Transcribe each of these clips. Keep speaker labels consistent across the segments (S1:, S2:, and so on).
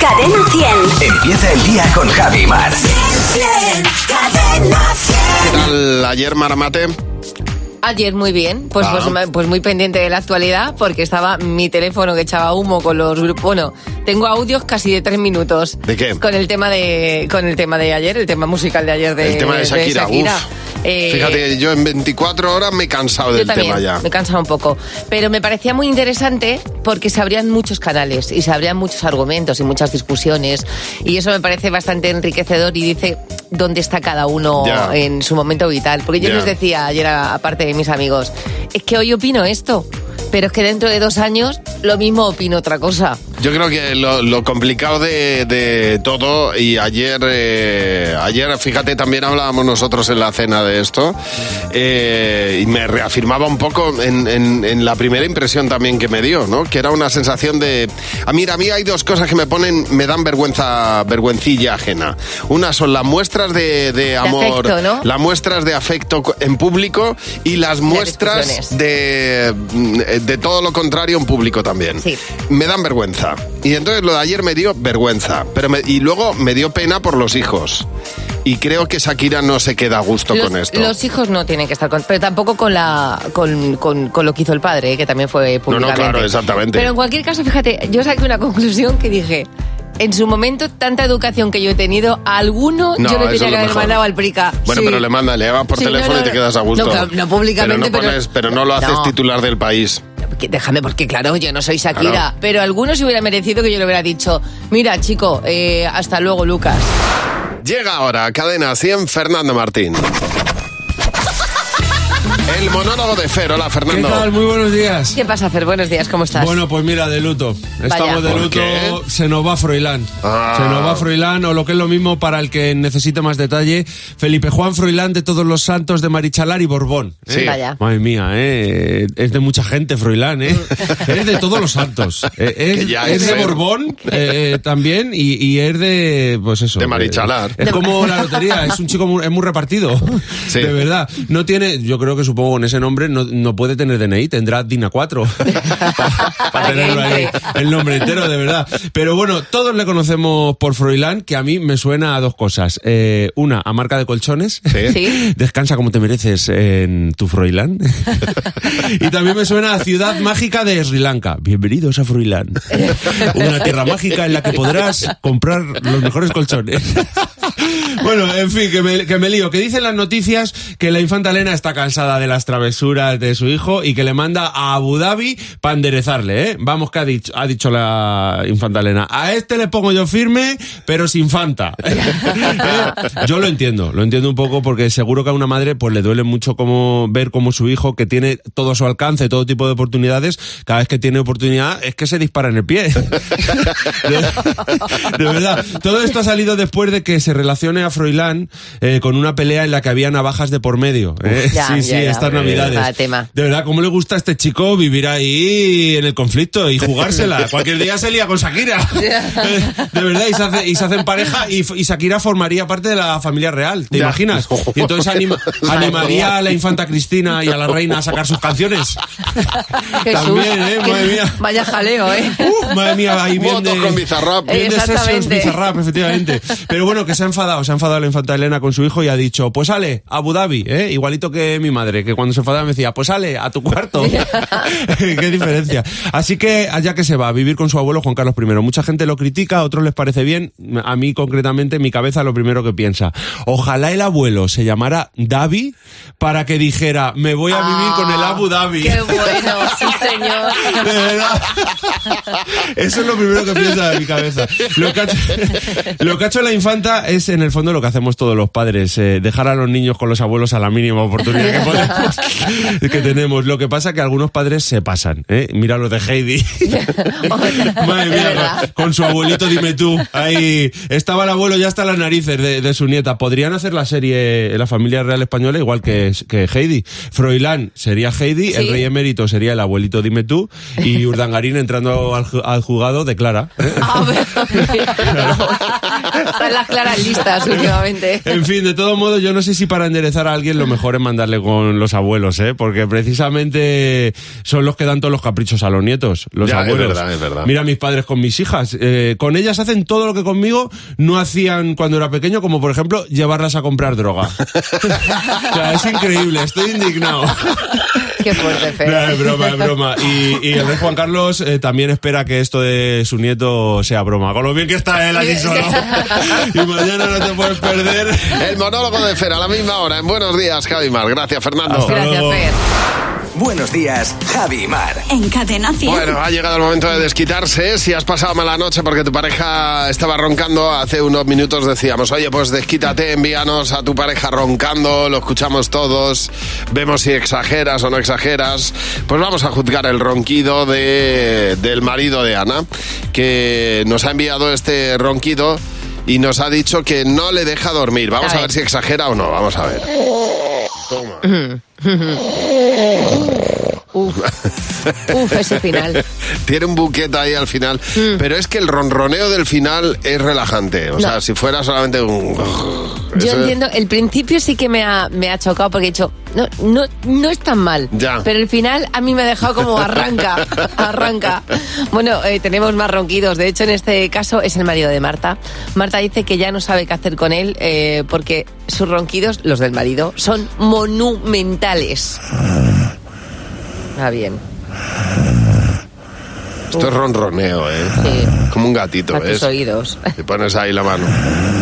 S1: Cadena 100.
S2: Empieza el día con Javi Mar.
S1: Cadena 100.
S3: ¿Qué tal ayer, Maramate?
S4: Ayer muy bien, pues,
S3: Ah.
S4: pues, pues muy pendiente de la actualidad porque estaba mi teléfono que echaba humo con los grupos. Bueno, tengo audios casi de tres minutos.
S3: ¿De qué?
S4: Con el tema de, con el tema de ayer, el tema musical de ayer de
S3: el tema de Shakira. Uf.
S4: Eh,
S3: Fíjate, yo en 24 horas me he cansado
S4: yo
S3: del
S4: también,
S3: tema ya.
S4: me cansa un poco. Pero me parecía muy interesante porque se abrían muchos canales y se abrían muchos argumentos y muchas discusiones. Y eso me parece bastante enriquecedor y dice dónde está cada uno
S3: Ya.
S4: en su momento vital. Porque yo
S3: Ya.
S4: les decía ayer, a- aparte de mis amigos, es que hoy opino esto, pero es que dentro de dos años lo mismo opino otra cosa.
S3: Yo creo que lo, lo complicado de, de todo, y ayer, eh, ayer, fíjate, también hablábamos nosotros en la cena de esto, eh, y me reafirmaba un poco en, en- en la primera impresión también que me dio, ¿no? Que era una sensación de, ah, mira, a mí hay dos cosas que me ponen, me dan vergüenza, vergüencilla ajena. Una son las muestras de, de amor,
S4: afecto, ¿no?
S3: las muestras de afecto en público y las muestras
S4: discusiones.
S3: de, mm, de todo lo contrario en público también.
S4: Sí.
S3: Me dan vergüenza. Y entonces lo de ayer me dio vergüenza. Pero me- y luego me dio pena por los hijos. Y creo que Shakira no se queda a gusto
S4: los,
S3: con esto.
S4: los hijos no tienen que estar con, pero tampoco con la con, con- con lo que hizo el padre, ¿eh? que también fue públicamente.
S3: claro, exactamente.
S4: Pero en cualquier caso, fíjate, yo saqué una conclusión que dije. En su momento, tanta educación que yo he tenido, a alguno
S3: No,
S4: yo le
S3: eso
S4: tenía
S3: es lo
S4: que haber
S3: mejor.
S4: mandado al prica.
S3: Bueno,
S4: Sí.
S3: pero le manda, le hagas por
S4: Sí, no,
S3: teléfono
S4: no,
S3: y te
S4: no.
S3: quedas a gusto.
S4: No, claro, no públicamente,
S3: Pero no,
S4: pero-
S3: pones- pero no lo haces
S4: No.
S3: titular del país.
S4: Que- Déjame, porque claro, yo no soy Shakira,
S3: Claro.
S4: pero alguno se hubiera merecido que yo le hubiera dicho, mira, chico, eh, hasta luego, Lucas.
S3: Llega ahora a Cadena 100 Fernando Martín. El monólogo de Fer. Hola,
S5: ¿Qué
S3: Fernando.
S5: tal? Muy buenos días.
S4: ¿Qué pasa, Fer? Buenos días, ¿cómo estás?
S5: Bueno, pues mira, de luto. Estamos de
S3: ¿Por
S5: luto.
S3: qué?
S5: Se nos va Froilán.
S3: Ah.
S5: Se nos va Froilán, o lo que es lo mismo para el que necesite más detalle, Felipe Juan Froilán de Todos los Santos de Marichalar y Borbón. ¿eh?
S3: Sí.
S4: Vaya.
S5: Madre mía, ¿eh? es de mucha gente Froilán, ¿eh? es de todos los santos. Eh,
S3: Que
S5: Es,
S3: ya
S5: es
S3: es
S5: de
S3: ser.
S5: Borbón eh, eh, también y, y es de, pues eso.
S3: De Marichalar.
S5: Es como la lotería, es un chico muy, es muy repartido.
S3: Sí.
S5: De verdad. No tiene, yo creo que supongo con ese nombre no, no puede tener DNI, tendrá DINA 4. para,
S4: Para que
S5: tenerlo ahí,
S4: entre.
S5: el nombre entero, de verdad. Pero bueno, todos le conocemos por Froilán, que a mí me suena a dos cosas. Eh, una, a marca de colchones.
S3: Sí.
S4: Sí.
S5: Descansa como te mereces en tu Froilán. y también me suena a Ciudad Mágica de Sri Lanka. Bienvenidos a Froilán. Una tierra mágica en la que podrás comprar los mejores colchones. Bueno, en fin, que me, que me lío. Que dicen las noticias que la infanta Elena está cansada de las travesuras de su hijo y que le manda a Abu Dhabi para enderezarle, ¿eh? Vamos, que ha dicho, ha dicho la infanta Elena. A este le pongo yo firme, pero sin fanta. ¿Eh? yo lo entiendo, lo entiendo un poco porque seguro que a una madre pues le duele mucho como ver como su hijo que tiene todo a su alcance, todo tipo de oportunidades, cada vez que tiene oportunidad es que se dispara en el pie. De- De verdad, todo esto ha salido después de que se relacione a Froilán eh, con una pelea en la que había navajas de por medio. ¿eh?
S4: Ya,
S5: sí,
S4: ya,
S5: sí,
S4: ya.
S5: estas
S4: Eh, cada
S5: navidades.
S4: tema.
S5: De verdad, ¿cómo le gusta a este chico vivir ahí en el conflicto y jugársela? Cualquier día se lía con Shakira. Eh, De verdad, y se, hace- y se hacen pareja y, y Shakira formaría parte de la familia real, ¿te
S3: Ya.
S5: imaginas? Y entonces anima- animaría a la infanta Cristina y a la reina a sacar sus canciones.
S4: Jesús,
S5: También, ¿eh?
S4: que-
S5: Madre mía.
S4: Vaya jaleo, ¿eh?
S5: Uh, madre mía, ahí bien
S3: Votos
S5: de-
S3: con Bizarrap.
S5: Bien de
S4: Exactamente.
S5: sesos, Bizarrap, efectivamente. Pero bueno, que se ha enfadado, se ha enfadado la infanta Elena con su hijo y ha dicho, pues ale, a Abu Dhabi, ¿eh? igualito que mi madre, que cuando se enfadaba me decía, pues ale, a tu cuarto. Qué diferencia. Así que allá que se va, a vivir con su abuelo Juan Carlos I. Mucha gente lo critica, a otros les parece bien, a mí concretamente mi cabeza lo primero que piensa. Ojalá el abuelo se llamara Davi para que dijera, me voy a vivir con el Abu Dhabi.
S4: Ah, Qué bueno, sí, señor.
S5: De verdad. Eso es lo primero que piensa en mi cabeza. Lo que, ha, lo que ha hecho la infanta es, en el fondo, lo que hacemos todos los padres, eh, dejar a los niños con los abuelos a la mínima oportunidad que, podemos- que tenemos. Lo que pasa que algunos padres se pasan. ¿eh? Mira lo de Heidi. Madre
S4: De
S5: mía,
S4: verdad.
S5: con su abuelito, dime tú. Ahí estaba el abuelo ya hasta las narices de, de su nieta. Podrían hacer la serie La familia real española igual que, que Heidi. Froilán sería Heidi, el
S4: Sí.
S5: rey emérito sería el abuelito, dime tú. ¿eh? Y Urdangarín entrando al, ju- al jugado declara.
S4: A ver, Están las claras listas últimamente.
S5: En fin, de todo modo, yo no sé si para enderezar a alguien lo mejor es mandarle con los abuelos, ¿eh? Porque precisamente son los que dan todos los caprichos a los nietos, los
S3: Ya, es
S5: abuelos.
S3: verdad, es verdad.
S5: Mira a mis padres con mis hijas. eh, con ellas hacen todo lo que conmigo no hacían cuando era pequeño, como por ejemplo llevarlas a comprar droga. o sea, es increíble, estoy indignado.
S4: Qué fuerte, Fer.
S5: No, es broma, es broma. Y, y el rey Juan Carlos eh, también espera que esto de su nieto sea broma. Con lo bien que está él aquí solo. y mañana no te puedes perder.
S3: El monólogo de Fer a la misma hora. En Buenos días, Javi Mar. Gracias, Fernando.
S5: Hasta
S4: Gracias,
S5: luego.
S4: Fer.
S2: Buenos días, Javi Mar.
S1: En Cadena 100.
S3: Bueno, ha llegado el momento de desquitarse. Si has pasado mala noche porque tu pareja estaba roncando, hace unos minutos decíamos, oye, pues desquítate, envíanos a tu pareja roncando, lo escuchamos todos, vemos si exageras o no exageras. Pues vamos a juzgar el ronquido de, del marido de Ana, que nos ha enviado este ronquido y nos ha dicho que no le deja dormir. Vamos
S4: A
S3: a,
S4: ver.
S3: ver si exagera o no, vamos a ver.
S4: Uf. Uf, ese final. Mm.
S3: Tiene un buquete ahí al final. Pero es que el ronroneo del final es relajante. O sea, si fuera solamente un.
S4: Yo
S3: Eso-
S4: entiendo, el principio sí que me ha, me ha chocado porque he dicho, no, no, no es tan mal.
S3: Ya.
S4: Pero el final a mí me ha dejado como arranca, arranca. Bueno, eh, tenemos más ronquidos. De hecho, en este caso es el marido de Marta. Marta dice que ya no sabe qué hacer con él eh, porque sus ronquidos, los del marido, son monumentales. Ah, bien.
S3: Esto es ronroneo, ¿eh?
S4: Sí.
S3: Como un gatito,
S4: A tus
S3: ¿ves?
S4: oídos.
S3: Te pones ahí la mano.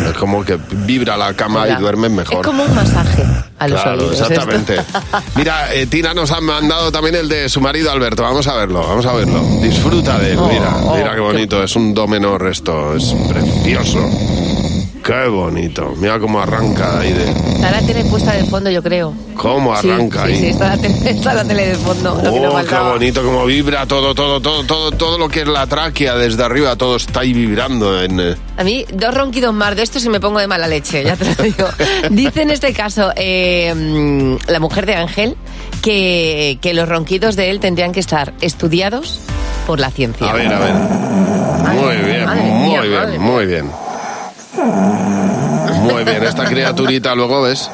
S3: Es como que vibra la cama
S4: Ya.
S3: y duermes mejor.
S4: Es como un masaje a los
S3: claro,
S4: oídos. esto.
S3: exactamente. Mira, eh, Tina nos ha mandado también el de su marido Alberto. Vamos a verlo, vamos a verlo. Disfruta de él,
S4: Oh,
S3: mira,
S4: oh,
S3: mira qué
S4: qué-
S3: bonito. Es un do menor esto, es precioso. Qué bonito. Mira cómo arranca ahí de.
S4: Está la tele puesta de fondo, yo creo.
S3: ¿Cómo
S4: Sí,
S3: arranca
S4: sí,
S3: ahí?
S4: sí, está la tele, está la tele de fondo. lo que nos
S3: Oh, qué
S4: faltaba.
S3: bonito cómo vibra todo, todo, todo, todo, todo lo que es la tráquea desde arriba, todo está ahí vibrando en eh,
S4: A mí, dos ronquidos más de estos y me pongo de mala leche, ya te lo digo. Dice en este caso eh, mm, la mujer de Ángel que, que los ronquidos de él tendrían que estar estudiados por la ciencia.
S3: A ver, a ver. Muy bien,
S4: madre
S3: muy
S4: mía,
S3: bien,
S4: madre
S3: muy bien. Muy bien, esta criaturita luego ves.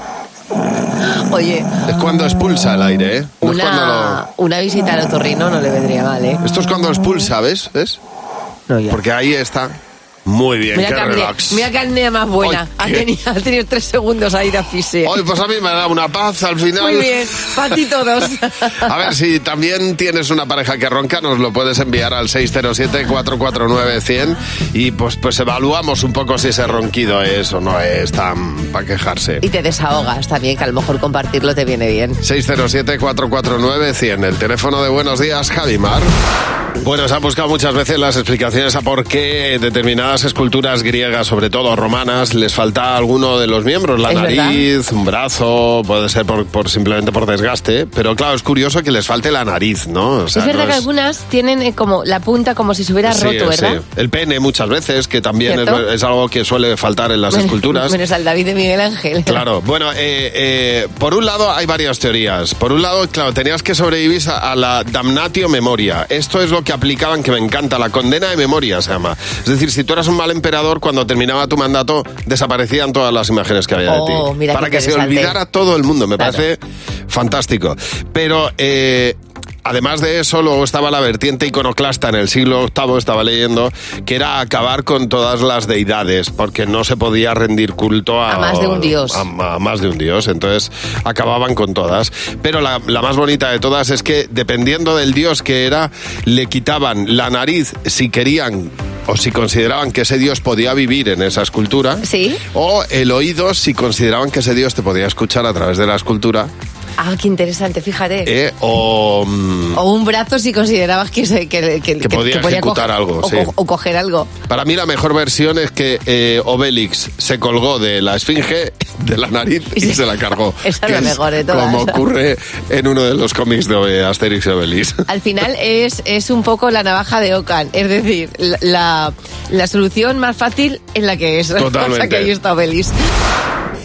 S4: Oye,
S3: Es cuando expulsa el aire, ¿eh? No es cuando
S4: una,
S3: lo-
S4: una visita al otorrino no le vendría mal, ¿eh?
S3: Esto es cuando expulsa, ¿ves? ¿Ves?
S4: No, ya.
S3: Porque ahí está. Muy bien,
S4: Mira
S3: qué
S4: que, apnea-
S3: relax.
S4: mira que apnea más buena.
S3: Ay,
S4: Ha
S3: qué-
S4: tenido, ha tenido tres segundos ahí de asfixia.
S3: Hoy pues a mí me da una paz al final.
S4: Muy bien, para ti todos.
S3: A ver, si también tienes una pareja que ronca, nos lo puedes enviar al 607-449-100 y pues, pues evaluamos un poco si ese ronquido es o no es tan para quejarse.
S4: Y te desahogas también, que a lo mejor compartirlo te viene bien.
S3: 607-449-100, el teléfono de Buenos Días, Javimar. Bueno, se han buscado muchas veces las explicaciones a por qué determinadas esculturas griegas, sobre todo romanas, les falta alguno de los miembros, la
S4: Es verdad.
S3: nariz, un brazo, puede ser por, por- simplemente por desgaste, pero claro, es curioso que les falte la nariz, ¿no? O sea,
S4: es verdad
S3: no
S4: que algunas tienen eh, como la punta como si se hubiera
S3: Sí,
S4: roto,
S3: sí.
S4: ¿verdad?
S3: El pene muchas veces, que también es,
S4: ¿Cierto?
S3: es algo que suele faltar en las esculturas.
S4: Menos al David de Miguel Ángel.
S3: Claro, bueno, eh, eh, por un lado hay varias teorías. Por un lado, claro, tenías que sobrevivir a, a la damnatio memoria. Esto es lo que aplicaban, que me encanta, la condena de memoria se llama. Es decir, si tú eras un mal emperador, cuando terminaba tu mandato, desaparecían todas las imágenes que había
S4: Oh,
S3: de ti.
S4: mira qué
S3: Para que se
S4: interesante.
S3: olvidara todo el mundo, me
S4: Claro.
S3: parece fantástico. Pero... eh, Además de eso, luego estaba la vertiente iconoclasta en el siglo VIII, estaba leyendo, que era acabar con todas las deidades, porque no se podía rendir culto a,
S4: A más de un dios.
S3: a a más de un dios, entonces acababan con todas. Pero la, la más bonita de todas es que dependiendo del dios que era, le quitaban la nariz si querían o si consideraban que ese dios podía vivir en esa escultura.
S4: Sí.
S3: O el oído si consideraban que ese dios te podía escuchar a través de la escultura.
S4: Ah, qué interesante, fíjate.
S3: ¿eh? O... mm,
S4: O un brazo si considerabas que, se, que, que- que-
S3: podía ejecutar
S4: coger-
S3: algo,
S4: o,
S3: sí.
S4: co- o coger algo.
S3: Para mí la mejor versión es que eh, Obélix se colgó de la esfinge, de la nariz y
S4: Sí.
S3: se la cargó.
S4: Esa es
S3: Que
S4: la mejor de todas.
S3: Como ocurre en uno de los cómics de Asterix y Obelix.
S4: Al final es, es un poco la navaja de Ocan, es decir, la, la, la solución más fácil es la que es. O sea
S3: Totalmente.
S4: que ahí está Belis.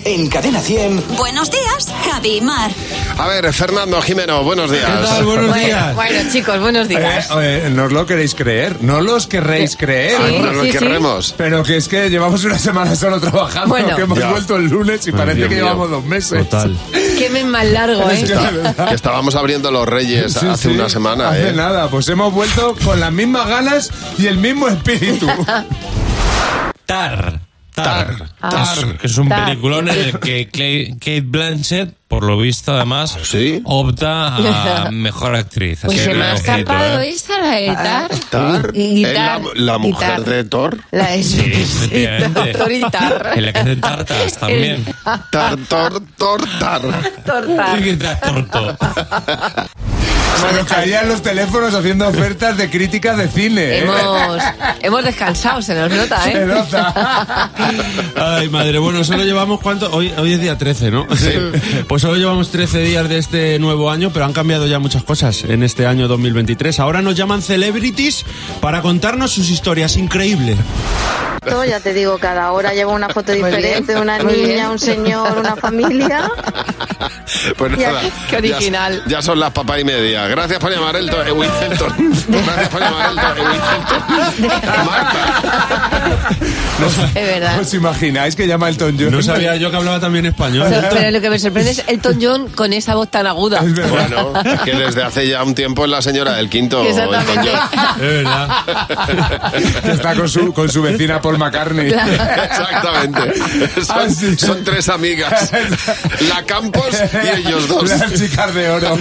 S2: en Cadena 100.
S1: Buenos días, Javi y Mar.
S3: A ver, Fernando Jimeno, buenos días.
S5: ¿Qué tal? Buenos
S4: Bueno,
S3: Ah.
S5: días.
S4: bueno, chicos, buenos días.
S6: Eh, eh, no os lo queréis creer, no los querréis creer.
S3: Ah,
S4: Sí,
S3: no lo
S4: sí, sí.
S3: querremos.
S6: Pero que es que llevamos una semana solo trabajando,
S4: Bueno.
S6: que hemos
S3: Ya.
S6: vuelto el lunes y
S5: Ay,
S6: parece
S5: Dios
S6: que
S3: mío.
S6: llevamos dos meses.
S5: Total.
S4: Qué mes más largo, ¿eh?
S6: Es que de verdad.
S3: Que estábamos abriendo los Reyes
S6: Sí,
S3: hace
S6: sí,
S3: una semana,
S6: Hace
S3: ¿eh?
S6: nada, pues hemos vuelto con las mismas ganas y el mismo espíritu.
S5: Tar. Tar.
S6: Tar.
S7: que es un
S4: Ah. Tar.
S7: peliculón en el que Clay- Kate Blanchett, por lo visto, además,
S3: Sí.
S7: opta a mejor actriz. Así
S4: Pues se
S7: que
S4: me ha
S7: ojito,
S4: escapado
S7: ¿eh?
S4: esa, la de Tar.
S3: Tar.
S4: Y
S3: ¿Es la,
S4: Tar,
S3: la
S4: y
S3: mujer
S4: Tar.
S3: de Thor?
S4: La es.
S7: Sí, efectivamente.
S4: Doctor y Tar.
S7: En la que hace tartas también.
S3: Tar, Thor, Thor, Tar.
S4: Tortar.
S7: Sí, que está torto.
S6: Se nos caían los teléfonos haciendo ofertas de críticas de cine. ¿eh?
S4: Hemos, hemos descansado, se nos nota,
S6: Se
S4: ¿eh?
S6: nota.
S5: Ay, madre, bueno, solo llevamos cuánto. Hoy, hoy es día 13, ¿no? Sí. Pues solo llevamos 13 días de este nuevo año, pero han cambiado ya muchas cosas en este año 2023. Ahora nos llaman celebrities para contarnos sus historias. Increíble.
S8: Todo, ya te digo, cada hora lleva una foto
S4: bien,
S8: diferente, una
S4: muy
S8: niña,
S4: bien.
S8: un señor, una familia.
S3: Pues nada,
S4: qué original.
S3: Ya, ya son las papas y media. Gracias por llamar, Elton. eh, Wincelton. Gracias por llamar, Elton. eh, Wincelton. Marta.
S4: Es verdad.
S6: ¿Os imagináis que llama Elton John?
S5: No sabía yo que hablaba también español.
S4: Pero, pero lo que me sorprende es Elton John con esa voz tan aguda.
S6: Es verdad.
S3: Bueno, que desde hace ya un tiempo es la señora del quinto. Elton
S4: Exactamente.
S3: John.
S5: Es verdad.
S6: Que está con su, con su vecina Paul McCartney.
S3: Exactamente. Son,
S6: Ah, sí.
S3: son tres amigas. La Campos y ellos dos.
S6: Las chicas de oro.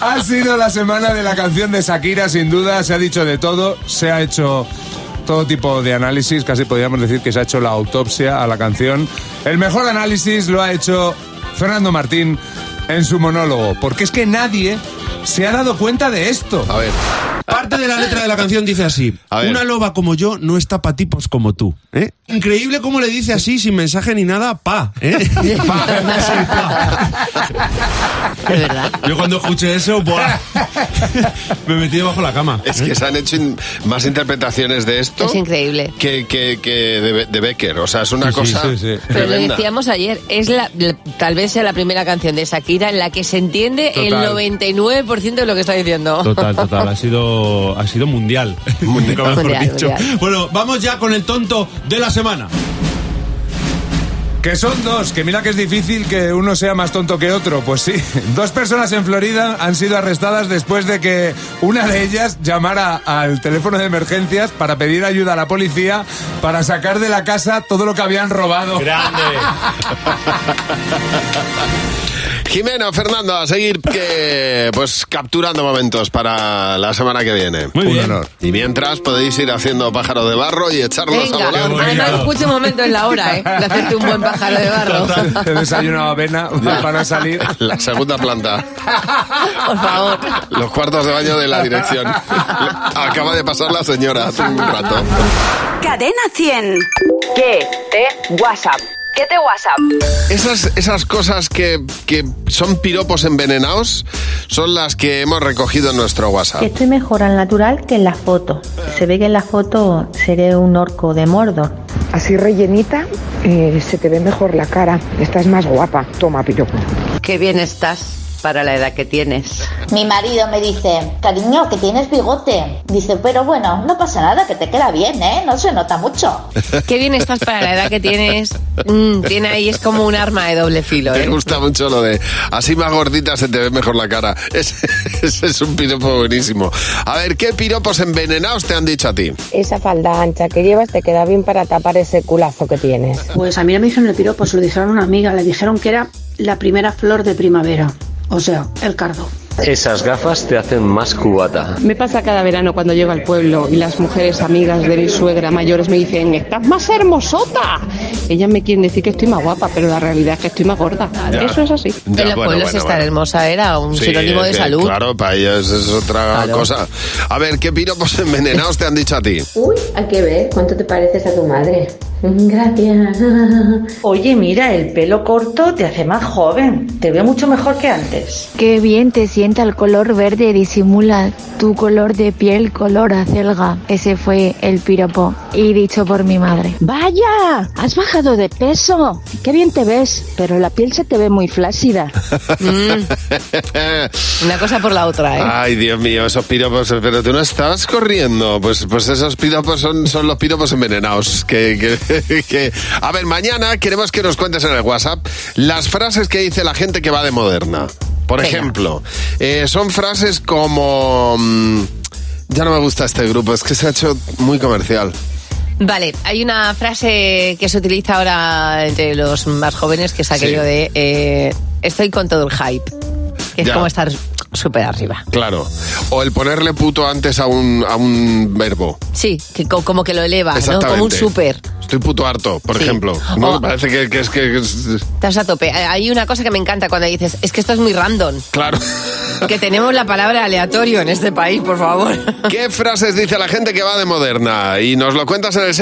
S6: ha sido la semana de la canción de Shakira, sin duda. Se ha dicho de todo. Se ha hecho todo tipo de análisis. Casi podríamos decir que se ha hecho la autopsia a la canción. El mejor análisis lo ha hecho Fernando Martín en su monólogo. Porque es que nadie se ha dado cuenta de esto.
S3: A ver.
S5: Parte de la letra de la canción dice así:
S3: A ver.
S5: Una loba como yo no está pa' tipos como tú. ¿eh? Increíble cómo le dice así, sin mensaje ni nada, pa. ¿eh? Pa, sí, pa.
S4: Es verdad.
S5: Yo cuando escuché eso, ¡buah! me metí debajo la cama. ¿eh?
S3: Es que se han hecho in- más interpretaciones de esto
S4: Es increíble.
S3: que, que, que de, Be- de Becker. O sea, es una
S5: Sí, sí,
S3: cosa.
S5: sí, sí.
S4: Pero lo
S3: tremenda.
S4: decíamos ayer, es la, la- tal vez sea la primera canción de Shakira en la que se entiende el
S6: Total.
S4: 99% de lo que está diciendo.
S5: Total, total, ha sido, ha sido mundial. Nunca mejor
S4: Mundial,
S5: dicho.
S4: mundial.
S5: Bueno, vamos ya con el tonto de la semana.
S6: Que son dos, que mira que es difícil que uno sea más tonto que otro. Pues sí, dos personas en Florida han sido arrestadas después de que una de ellas llamara al teléfono de emergencias para pedir ayuda a la policía para sacar de la casa todo lo que habían robado.
S3: Jimeno, Fernando, a seguir que, pues, capturando momentos para la semana que viene.
S5: Muy
S6: Un
S5: bien.
S6: honor.
S3: Y mientras podéis ir haciendo pájaro de barro y echarlos a
S4: Venga,
S3: volar.
S4: además escucha un momento en la hora, ¿eh? De hacerte un buen pájaro de barro.
S6: He desayunado avena para salir.
S3: La segunda planta.
S4: Por favor.
S3: Los cuartos de baño de la dirección. Acaba de pasar la señora hace un rato.
S1: Ah. Cadena 100.
S9: ¿Qué te WhatsApp? ¿Qué te WhatsApp?
S3: Esas, esas cosas que, que son piropos envenenados son las que hemos recogido en nuestro
S10: Que
S3: WhatsApp.
S10: estoy mejor al natural que en la foto. Se ve que en la foto seré un orco de Mordor.
S11: Así rellenita eh, se te ve mejor la cara. Estás más guapa. Toma, piropo.
S9: Qué bien estás para la edad que tienes.
S10: Mi marido me dice, cariño, que tienes bigote. Dice, pero bueno, no pasa nada, que te queda bien, ¿eh? No se nota mucho.
S4: Qué bien estás para la edad que tienes. Mm, tiene ahí, es como un arma de doble filo,
S3: Me
S4: ¿eh?
S3: gusta mucho lo de así más gordita se te ve mejor la cara. Ese, ese es un piropo buenísimo. A ver, ¿qué piropos envenenados te han dicho a ti?
S11: Esa falda ancha que llevas te queda bien para tapar ese culazo que tienes.
S10: Pues a mí no me dijeron el piropo, se lo dijeron a una amiga. Le dijeron que era la primera flor de primavera. O sea, el cardo.
S12: Esas gafas te hacen más cubata.
S11: Me pasa cada verano cuando llego al pueblo y las mujeres amigas de mi suegra mayores me dicen, estás más hermosota. Ellas me quieren decir que estoy más guapa, pero la realidad es que estoy más gorda. Eso es así.
S3: Ya,
S4: en los
S3: bueno,
S4: pueblos
S3: bueno,
S4: estar
S3: bueno.
S4: hermosa era un
S3: Sí,
S4: sinónimo de
S3: es que,
S4: salud.
S3: Claro, para ellos es otra
S4: Claro.
S3: cosa. A ver, ¿qué piropos envenenados te han dicho a ti?
S11: Uy, hay que ver cuánto te pareces a tu madre. Gracias.
S9: Oye, mira, el pelo corto te hace más joven. Te veo mucho mejor que antes.
S10: Qué bien te sienta el color verde, disimula tu color de piel color acelga. Ese fue el piropo y dicho por mi madre.
S11: Vaya, has
S9: bajado de peso. Qué bien te ves, pero la piel se te ve muy flácida.
S4: Mm. Una cosa por la otra, ¿eh?
S3: Ay, Dios mío, esos piropos. Pero tú no estabas corriendo. Pues, pues esos piropos son, son los piropos envenenados. Que, que- que- A ver, mañana queremos que nos cuentes en el WhatsApp las frases que dice la gente que va de moderna. Por ejemplo, eh, son frases como... mm, Ya no me gusta este grupo, es que se ha hecho muy comercial.
S4: Vale, hay una frase que se utiliza ahora entre los más jóvenes que es aquello de eh, estoy con todo el hype, que es
S3: Ya.
S4: como estar súper arriba.
S3: Claro. O el ponerle puto antes a un, a un verbo.
S4: Sí, que co- como que lo eleva, ¿no?
S3: Exactamente.
S4: Como un súper.
S3: Estoy puto harto, por
S4: Sí.
S3: ejemplo. No,
S4: O-
S3: parece que, que es que... que es-
S4: Estás a tope. Eh, Hay una cosa que me encanta cuando dices, es que esto es muy random.
S3: Claro.
S4: Que tenemos la palabra aleatorio en este país, por favor.
S3: ¿Qué frases dice la gente que va de moderna? Y nos lo cuentas en el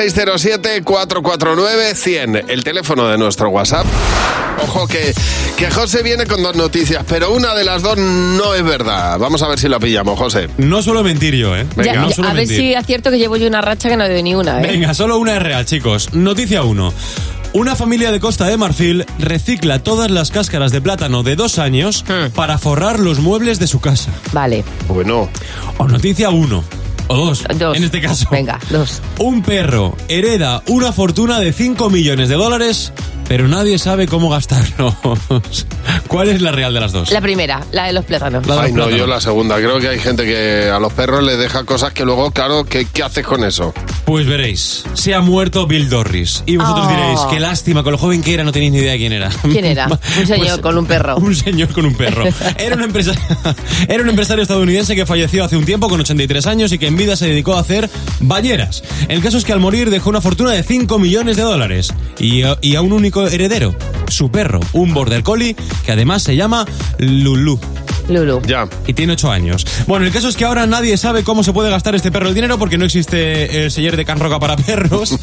S3: 607-449-100, el teléfono de nuestro WhatsApp. Ojo que, que José viene con dos noticias, pero una de las dos no es verdad. Vamos a ver si la pillamos, José.
S7: No suelo mentir yo, ¿eh?
S4: Ya,
S7: no
S4: ya,
S7: suelo
S4: a ver
S7: mentir.
S4: si acierto que llevo yo una racha que no doy ni una, ¿eh?
S7: Venga, solo una es real, chicos. Noticia 1. Una familia de Costa de Marfil recicla todas las cáscaras de plátano de dos años
S4: Hmm.
S7: para forrar los muebles de su casa.
S4: Vale.
S3: Bueno.
S7: O noticia 1. O dos, en este caso.
S4: Venga, dos.
S7: Un perro hereda una fortuna de 5 millones de dólares, pero nadie sabe cómo gastarlos. ¿Cuál es la real de las dos?
S4: La primera, la de los plátanos.
S3: Ay, no, yo la segunda. Creo que hay gente que a los perros les deja cosas que luego, claro, ¿qué, qué haces con eso?
S7: Pues veréis, se ha muerto Bill Dorris. Y vosotros
S4: Oh.
S7: diréis, qué lástima, con lo joven que era no tenéis ni idea de quién era.
S4: ¿Quién era?
S3: Pues
S4: Un señor con un perro.
S7: Pues, Un señor con un perro. Era un, empresa- era un empresario estadounidense que falleció hace un tiempo con 83 años y que en vida se dedicó a hacer balleras. El caso es que al morir dejó una fortuna de 5 millones de dólares y a, y a un único heredero, su perro, un border collie que además se llama Lulu.
S4: Lulu.
S3: Ya.
S7: Y tiene 8 años. Bueno, el caso es que ahora nadie sabe cómo se puede gastar este perro el dinero porque no existe el seller de Can Roca para perros.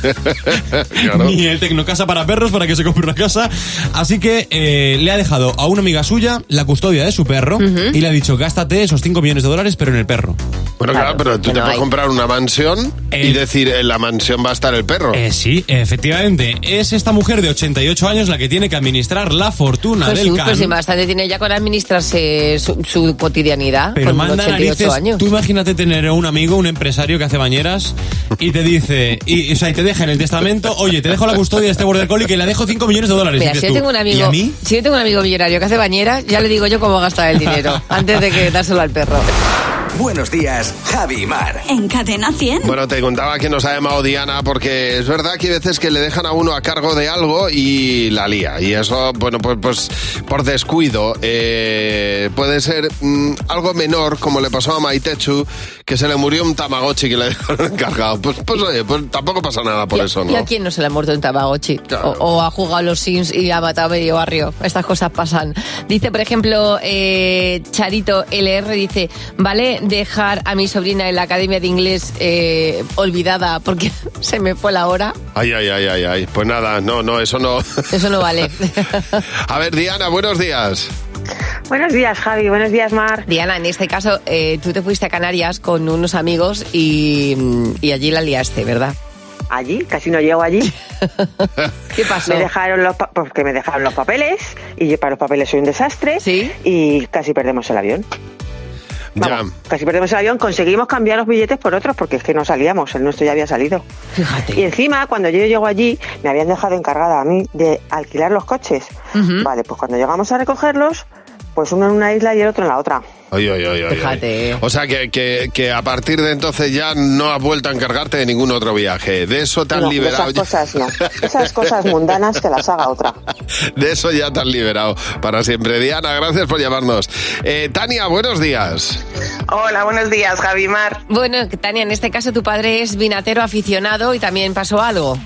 S7: Ni el Tecnocasa para perros para que se compre una casa. Así que eh, le ha dejado a una amiga suya la custodia de su perro y le ha dicho, gástate esos 5 millones de dólares, pero en el perro.
S3: Bueno, claro, pero tú te puedes comprar una mansión y decir, en la mansión va a estar el perro.
S7: Eh, sí, efectivamente. Es esta mujer de 88 años la que tiene que administrar la fortuna
S4: Pues sí,
S7: del
S4: pues sí,
S7: can.
S4: bastante tiene ya con administrarse su, su cotidianidad
S7: Pero
S4: con
S7: manda
S4: 88
S7: narices.
S4: años.
S7: Tú imagínate tener un amigo, un empresario que hace bañeras y te dice, y, y, o sea, y te deja en el testamento, oye, te dejo la custodia de este border collie que le dejo 5 millones de dólares. Y
S4: Mira,
S7: dices
S4: si yo
S7: tú,
S4: tengo un
S7: ¿Y
S4: amigo,
S7: a mí?
S4: si yo tengo un amigo millonario que hace bañera, ya le digo yo cómo gastar el dinero antes de que dárselo al perro.
S2: Buenos días, Javi Mar.
S1: En Cadena 100.
S3: Bueno, te contaba que nos ha llamado Diana porque es verdad que hay veces que le dejan a uno a cargo de algo y la lía. Y eso, bueno, pues, pues por descuido eh, puede ser mm, algo menor, como le pasó a Maitechu, que se le murió un Tamagotchi que le dejaron encargado. Pues, pues oye, pues tampoco pasa nada por eso,
S4: ¿Y a
S3: ¿no?
S4: quién no se le ha muerto un Tamagotchi? O, o ha jugado a los Sims y ha matado a medio barrio. Estas cosas pasan. Dice, por ejemplo, eh, Charito LR, dice, ¿vale dejar a mi sobrina en la academia de inglés eh, olvidada porque se me fue la hora?
S3: Ay, ay, ay, ay, ay. Pues nada, no, no, eso no.
S4: Eso no vale.
S3: A ver, Diana, buenos días.
S4: Buenos días, Javi. Buenos días, Mar. Diana, en este caso, eh, tú te fuiste a Canarias con unos amigos y, y allí la liaste, ¿verdad?
S13: Allí, casi no llego allí.
S4: ¿Qué pasó?
S13: Me dejaron los pa- porque me dejaron los papeles y yo para los papeles soy un desastre. Y casi perdemos el avión. Vamos, casi perdemos el avión. Conseguimos cambiar los billetes por otros porque es que no salíamos. El nuestro ya había salido.
S4: Fíjate.
S13: Y encima, cuando yo llego allí, me habían dejado encargada a mí de alquilar los coches.
S4: Ujú.
S13: Vale, pues cuando llegamos a recogerlos, pues uno en una isla y el otro en la otra.
S3: Oye, oye, oye.
S4: Fíjate.
S3: O sea, que, que- que a partir de entonces ya no has vuelto a encargarte de ningún otro viaje. De eso te has
S13: No, de
S3: liberado.
S13: esas cosas no. Esas cosas mundanas que las haga otra.
S3: De eso ya te has liberado para siempre. Diana, gracias por llamarnos. Eh, Tania, buenos días.
S14: Hola, buenos días, Javi Mar.
S4: Bueno, Tania, en este caso tu padre es vinatero aficionado y también pasó algo.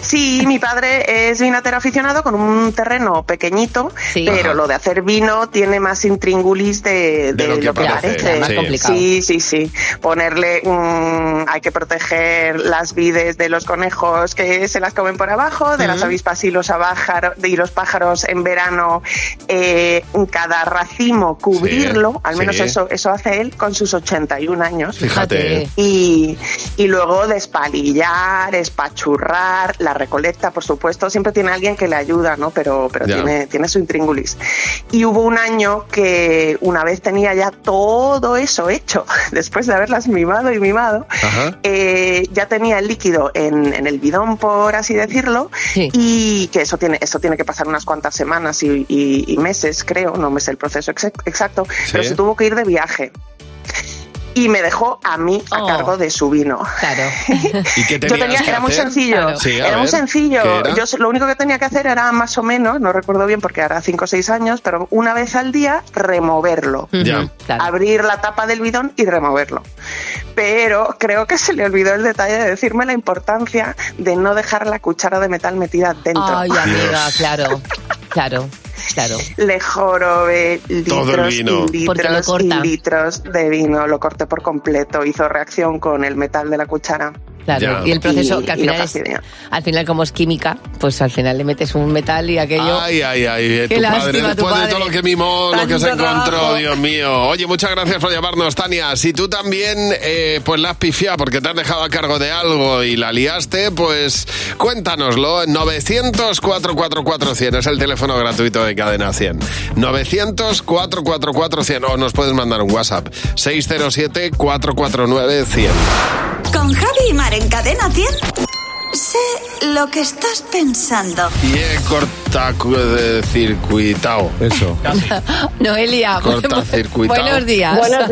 S14: Sí, mi padre es vinatero aficionado con un terreno pequeñito,
S4: Sí.
S14: pero
S4: Ajá.
S14: lo de hacer vino tiene más intríngulis de,
S4: De lo que parece, Claro, más sí. complicado.
S14: Sí, sí, sí. Ponerle, mm, hay que proteger las vides de los conejos que se las comen por abajo, de las
S15: Ujú.
S14: avispas y los, abájaro- y los pájaros en verano, eh, cada racimo cubrirlo, al menos
S15: sí.
S14: eso, eso hace él con sus 81 años.
S15: Fíjate.
S14: Y, y luego despalillar, espachurrar, la recolecta, por supuesto, siempre tiene alguien que le ayuda, ¿no? Pero, pero
S15: Ya.
S14: tiene, tiene su intríngulis. Y hubo un año que una vez tenía ya todo eso hecho, después de haberlas mimado y mimado, eh, ya tenía el líquido en, en el bidón, por así decirlo, y que eso tiene, eso tiene que pasar unas cuantas semanas y, y- y meses, creo, no me sé el proceso ex- exacto,
S15: Sí.
S14: pero se tuvo que ir de viaje. Y me dejó a mí a
S4: Oh.
S14: cargo de su vino.
S3: ¿Y qué
S14: Yo tenía,
S3: tenías que
S14: era muy
S3: hacer?
S14: sencillo.
S3: Sí, a
S14: era muy
S3: ver,
S14: sencillo.
S3: ¿qué era?
S14: Yo s- lo único que tenía que hacer era más o menos, no recuerdo bien porque hará 5 o 6 años, pero una vez al día removerlo.
S3: Ya.
S14: Abrir la tapa del bidón y removerlo. Pero creo que se le olvidó el detalle de decirme la importancia de no dejar la cuchara de metal metida dentro.
S4: Ay, amiga, claro, claro, claro.
S14: Le jorobé
S4: Todo el
S14: litros, y
S4: vino. Porque lo
S14: litros, y
S4: corta.
S14: litros de vino, lo corté por completo, hizo reacción con el metal de la cuchara.
S4: Claro, y el proceso que al
S14: y lo
S4: final, es-
S14: fastidié.
S4: al final como es química, pues al final le metes un metal y aquello...
S3: Ay, ay, ay, eh,
S4: Qué
S3: tu
S4: lástima,
S3: padre,
S4: tu
S3: después de
S4: padre.
S3: todo lo que mimó, lo que se
S4: Tanto
S3: encontró,
S4: trabajo.
S3: Dios mío. Oye, muchas gracias por llamarnos, Tania. Si tú también, eh, pues la has pifiado porque te has dejado a cargo de algo y la liaste, pues cuéntanoslo. 900-444-100 es el teléfono gratuito de Cadena 100. 900-444-100 o nos puedes mandar un WhatsApp. 607-449-100.
S1: Con Javi y Mar en Cadena 100. Sé lo que estás pensando.
S3: Y he cortacircuitado.
S6: Eso.
S4: Noelia,
S3: Cortacircuitado.
S4: buenos días.
S16: Buenos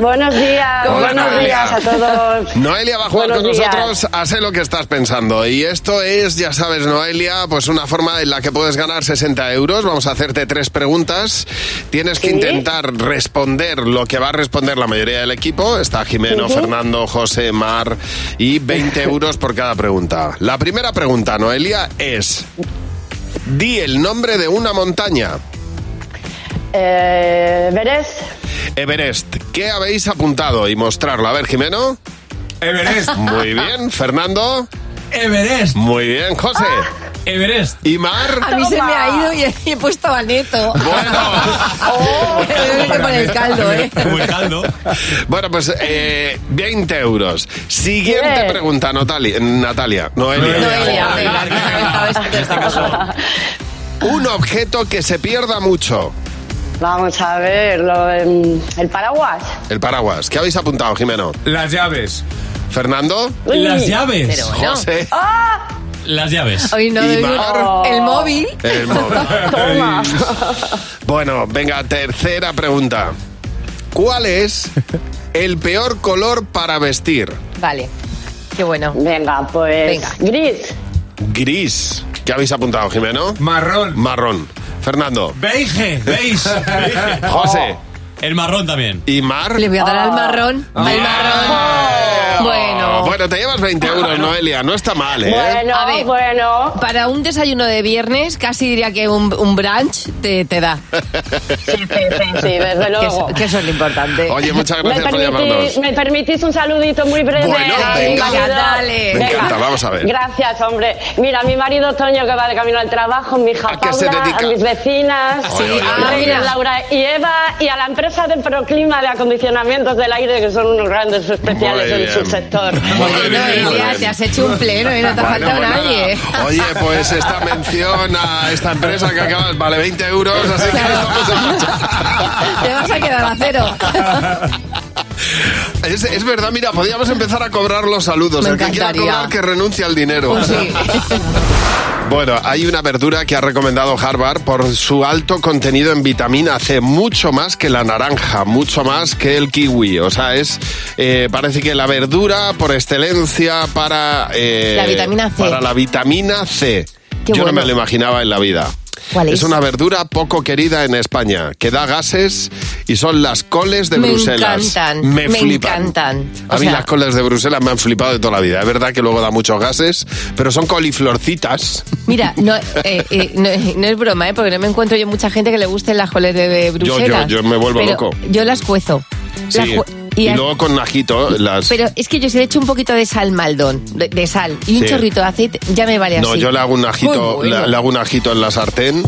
S16: Buenos días,
S3: Hola,
S16: buenos
S3: Noelia.
S16: días a todos.
S3: Noelia va a jugar
S16: Buenos
S3: con
S16: días.
S3: nosotros a sé lo que estás pensando. Y esto es, ya sabes, Noelia, pues una forma en la que puedes ganar 60 euros. Vamos a hacerte tres preguntas. Tienes que intentar responder lo que va a responder la mayoría del equipo. Está Jimeno,
S17: Ujú.
S3: Fernando, José, Mar. Y 20 euros por cada pregunta. La primera pregunta, Noelia, es... Di el nombre de una montaña.
S16: Eh, Verés,
S3: Everest, ¿qué habéis apuntado? Y mostrarlo. A ver, Jimeno. Everest. Muy bien. Fernando. Everest. Muy bien, José. Everest. Y Mar.
S4: A mí se me ha ido y he, y he puesto a Neto. Bueno. con el caldo, ¿eh?
S3: Bueno, pues eh, 20 euros. Siguiente pregunta, Natalia. Natalia. Noelia. Un objeto que se pierda mucho.
S16: vamos a ver, lo, em, el paraguas.
S3: El paraguas. ¿Qué habéis apuntado, Jimeno? Las llaves. Fernando.
S16: Uy. Las llaves.
S7: Pero bueno.
S3: José. Ah.
S7: Las llaves.
S4: Hoy no
S3: Y
S4: doy
S3: Mar.
S4: uno. El móvil.
S3: El móvil. Bueno, venga, tercera pregunta. ¿Cuál es el peor color para vestir?
S4: Vale. Qué bueno.
S16: Venga, pues. Gris.
S3: Gris. ¿Qué habéis apuntado, Jimeno? Marrón. Marrón. Fernando.
S7: Beige, beige. beige.
S3: José.
S7: El marrón también.
S3: ¿Y Mar?
S4: Le voy a dar al marrón.
S3: Ah.
S4: Al marrón. Bueno.
S3: Oh, Bueno, te llevas 20 euros, Noelia. No está mal, ¿eh?
S4: a ver,
S16: bueno.
S4: Para un desayuno de viernes, casi diría que un, un brunch te, te da.
S16: sí, desde
S4: Que eso-
S16: luego.
S4: Que, eso es lo importante.
S3: Oye, muchas gracias
S16: ¿Me,
S3: por
S16: permitís-
S3: llamarnos.
S16: me permitís un saludito muy breve?
S3: Bueno,
S16: a mi
S3: venga.
S16: marido?
S3: Dale. Me encanta, vamos a ver.
S16: Gracias, hombre. Mira, mi marido Toño que va de camino al trabajo, mi hija
S3: qué se
S16: Paula,
S3: dedica? Ah,
S16: a mis vecinas,
S3: Oye, oye,
S16: a
S3: oye,
S16: Miriam,
S3: oye.
S16: Laura y Eva y a la empresa de Proclima de acondicionamientos del aire que son unos grandes especiales
S3: Muy
S16: en
S3: bien.
S16: su sector.
S4: Noelia, te has hecho un pleno y no te ha
S3: Bueno,
S4: faltado
S3: pues nada.
S4: nadie.
S3: Oye, pues esta mención a esta empresa que acabas vale 20 euros, así que estamos en
S4: Te vas a quedar a cero.
S3: Es, es verdad, mira, podíamos empezar a cobrar los saludos.
S4: Me
S3: El que quiera
S4: encantaría. Pues
S3: cobrar, que renuncie al dinero. Bueno, hay una verdura que ha recomendado Harvard por su alto contenido en vitamina C, mucho más que la naranja, mucho más que el kiwi. O sea, es eh, parece que la verdura por excelencia para eh,
S4: La vitamina C.
S3: Para la vitamina C.
S4: Qué
S3: Yo
S4: bueno.
S3: no me lo imaginaba en la vida.
S4: ¿Cuál es?
S3: una verdura poco querida en España, que da gases y son las coles de
S4: me
S3: Bruselas.
S4: encantan.
S3: Me, flipan.
S4: encantan.
S3: A
S4: O
S3: mí
S4: sea,
S3: las coles de Bruselas me han flipado de toda la vida. Es verdad que luego da muchos gases, pero son coliflorcitas.
S4: Mira, no, eh, eh, no, no es broma, ¿eh? porque no me encuentro yo mucha gente que le gusten las coles de, de
S3: yo-
S4: Bruselas.
S3: yo me vuelvo
S4: Pero
S3: loco.
S4: Yo las cuezo. Las
S3: Sí.
S4: cu-
S3: Y,
S4: a-
S3: luego con ajito las...
S4: Pero es que yo si le echo un poquito de sal maldón, de, de sal, y un
S3: Sí.
S4: chorrito de aceite, ya me vale
S3: no,
S4: así.
S3: yo le hago un ajito,
S4: Muy bueno.
S3: la- le hago un ajito en la sartén,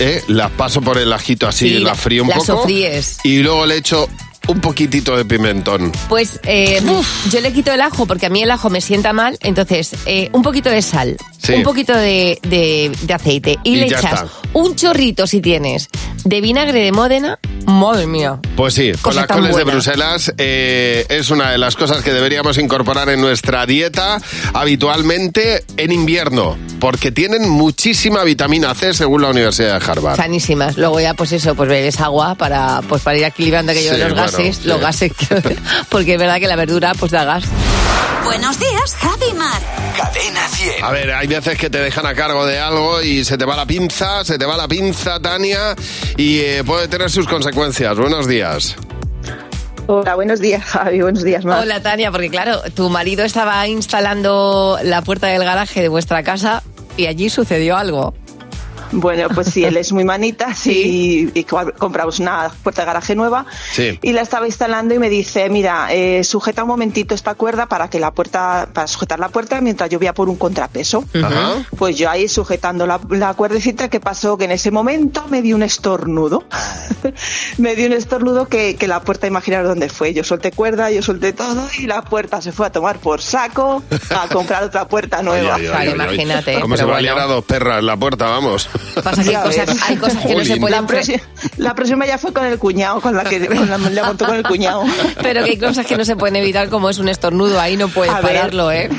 S3: ¿eh? la paso por el ajito así,
S4: Sí,
S3: la frío un
S4: la
S3: poco.
S4: sofríes.
S3: Y luego le echo un poquitito de pimentón.
S4: Pues eh, yo le quito el ajo porque a mí el ajo me sienta mal. Entonces, eh, un poquito de sal,
S3: Sí.
S4: un poquito de, de- de aceite y,
S3: Y
S4: le
S3: ya
S4: echas
S3: está.
S4: un chorrito, si tienes, de vinagre de Módena. Madre mía.
S3: Pues sí, con
S4: Cosa
S3: las
S4: tan
S3: coles de
S4: buena.
S3: Bruselas eh, es una de las cosas que deberíamos incorporar en nuestra dieta habitualmente en invierno, porque tienen muchísima vitamina C según la Universidad de Harvard.
S4: Sanísimas. Luego ya, pues eso, pues bebes agua para, pues para ir equilibrando aquello
S3: Sí,
S4: de los
S3: bueno,
S4: gases, los
S3: sí.
S4: gases, que- porque es verdad que la verdura pues da gas.
S1: Buenos días, Javi y Mar.
S2: Cadena 100.
S3: A ver, hay veces que te dejan a cargo de algo y se te va la pinza, se te va la pinza, Tania, y eh, puede tener sus consecuencias. Buenos días.
S15: Hola, buenos días, Javi. Buenos días, Mar.
S4: Hola Tania, porque claro, tu marido estaba instalando la puerta del garaje de vuestra casa y allí sucedió algo.
S15: Bueno, pues sí, él es muy manitas y, y co- compramos una puerta de garaje nueva
S3: Sí.
S15: y la estaba instalando y me dice, mira, eh, sujeta un momentito esta cuerda para que la puerta, para sujetar la puerta mientras yo voy a por un contrapeso.
S3: Ajá.
S15: Pues yo ahí sujetando la, la cuerdecita, que pasó? Que en ese momento me dio un estornudo. me dio un estornudo que, que la puerta, imaginaros dónde fue. Yo solté cuerda, yo solté todo y la puerta se fue a tomar por saco a comprar otra puerta nueva.
S3: Ay, ay, ay, ay. Como se valiera dos perras en la puerta, vamos.
S15: Ya ves.
S4: hay cosas que no se Jolín. pueden
S15: La próxima, la próxima ya fue con el cuñado, con la que con la, la montó con el cuñado.
S4: Pero que hay cosas que no se pueden evitar como es un estornudo, ahí no puedes
S15: A ver.
S4: pararlo, ¿eh?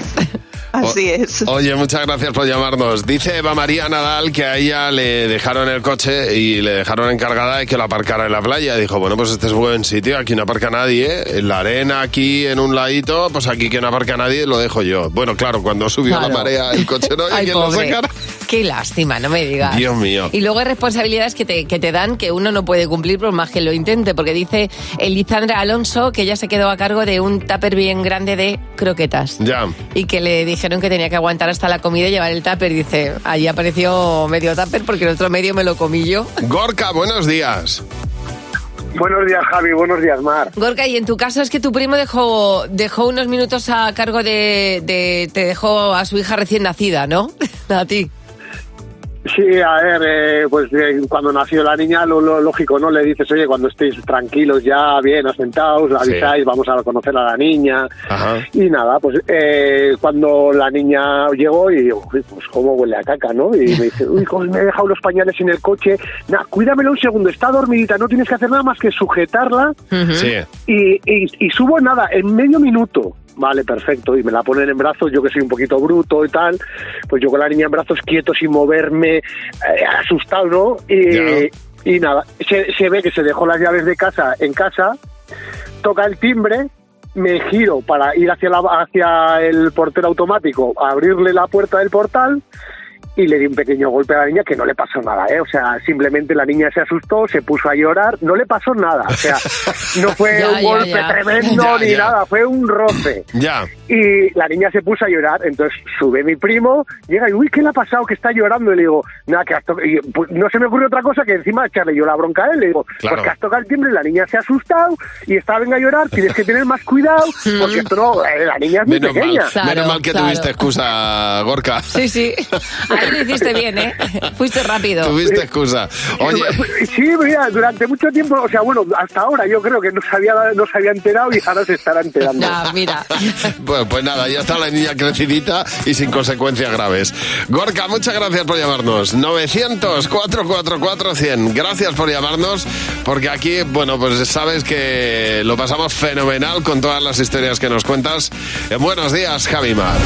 S15: Así es.
S3: Oye, muchas gracias por llamarnos. Dice Eva María Nadal que a ella le dejaron el coche y le dejaron encargada de que lo aparcara en la playa. Dijo, bueno, pues este es buen sitio, aquí no aparca nadie. ¿eh? En la arena, aquí en un ladito, pues aquí que no aparca nadie, lo dejo yo. Bueno, claro, cuando subió
S4: Claro.
S3: la marea el coche no hay
S4: Ay,
S3: quien lo
S4: pobre.
S3: sacara.
S4: Qué lástima, no me digas.
S3: Dios mío.
S4: Y luego hay responsabilidades que te, que te dan que uno no puede cumplir por más que lo intente, porque dice Elizandra Alonso que ella se quedó a cargo de un tupper bien grande de croquetas.
S3: Ya.
S4: Y que le dijeron que tenía que aguantar hasta la comida y llevar el tupper. Dice, ahí apareció medio tupper porque el otro medio me lo comí yo.
S3: Gorka, buenos días.
S17: Buenos días, Javi. Buenos días, Mar.
S4: Gorka, y en tu caso es que tu primo dejó, dejó unos minutos a cargo de, de- Te dejó a su hija recién nacida, ¿no? A ti.
S17: Sí, a ver, eh, pues eh, cuando nació la niña, lo, lo lógico, ¿no? Le dices, oye, cuando estéis tranquilos ya, bien, asentados,
S18: Sí.
S17: avisáis, vamos a conocer a la niña. Y nada, pues eh, cuando la niña llegó y digo, "Uy, pues cómo huele a caca, ¿no? Y me dice, uy, cómo me he dejado los pañales en el coche. Nah, cuídamelo un segundo, está dormidita, no tienes que hacer nada más que sujetarla
S3: Sí.
S17: y, y- y subo nada, en medio minuto. Vale, perfecto. Y me la ponen en brazos, yo que soy un poquito bruto y tal, pues yo con la niña en brazos quieto, sin moverme, eh, asustado, ¿no? Y, y nada, se, se ve que se dejó las llaves de casa en casa, toca el timbre, me giro para ir hacia, la, hacia el portero automático, abrirle la puerta del portal y le di un pequeño golpe a la niña que no le pasó nada, ¿eh? O sea, simplemente la niña se asustó, se puso a llorar, no le pasó nada, o sea, no fue
S18: Ya,
S17: un
S18: ya,
S17: golpe
S18: ya.
S17: tremendo
S18: Ya,
S17: ni
S18: ya.
S17: nada, fue un roce.
S3: Ya.
S17: Y la niña se puso a llorar, entonces sube mi primo, llega y, uy, ¿qué le ha pasado? Que está llorando. Y le digo, nada, que has to-". y, pues, no se me ocurre otra cosa que encima echarle yo la bronca a él. Le digo,
S18: Claro.
S17: pues que has tocado el timbre, la niña se ha asustado y está, venga a llorar, tienes que tener más cuidado, porque esto no, eh, la niña es muy
S3: Menos mal,
S17: pequeña.
S3: menos mal que tuviste excusa, Gorka.
S4: Sí, sí. Ahí lo hiciste bien, ¿eh? Fuiste rápido.
S3: Tuviste excusa. Oye,
S17: Sí, mira, durante mucho tiempo, o sea, bueno, hasta ahora yo creo que no se había, no se había enterado y ahora se estará enterando.
S4: mira.
S3: Bueno, pues nada, ya está la niña crecidita y sin consecuencias graves. Gorka, muchas gracias por llamarnos. 900 444 100. Gracias por llamarnos, porque aquí, bueno, pues sabes que lo pasamos fenomenal con todas las historias que nos cuentas. Eh, buenos días, Javi Mar.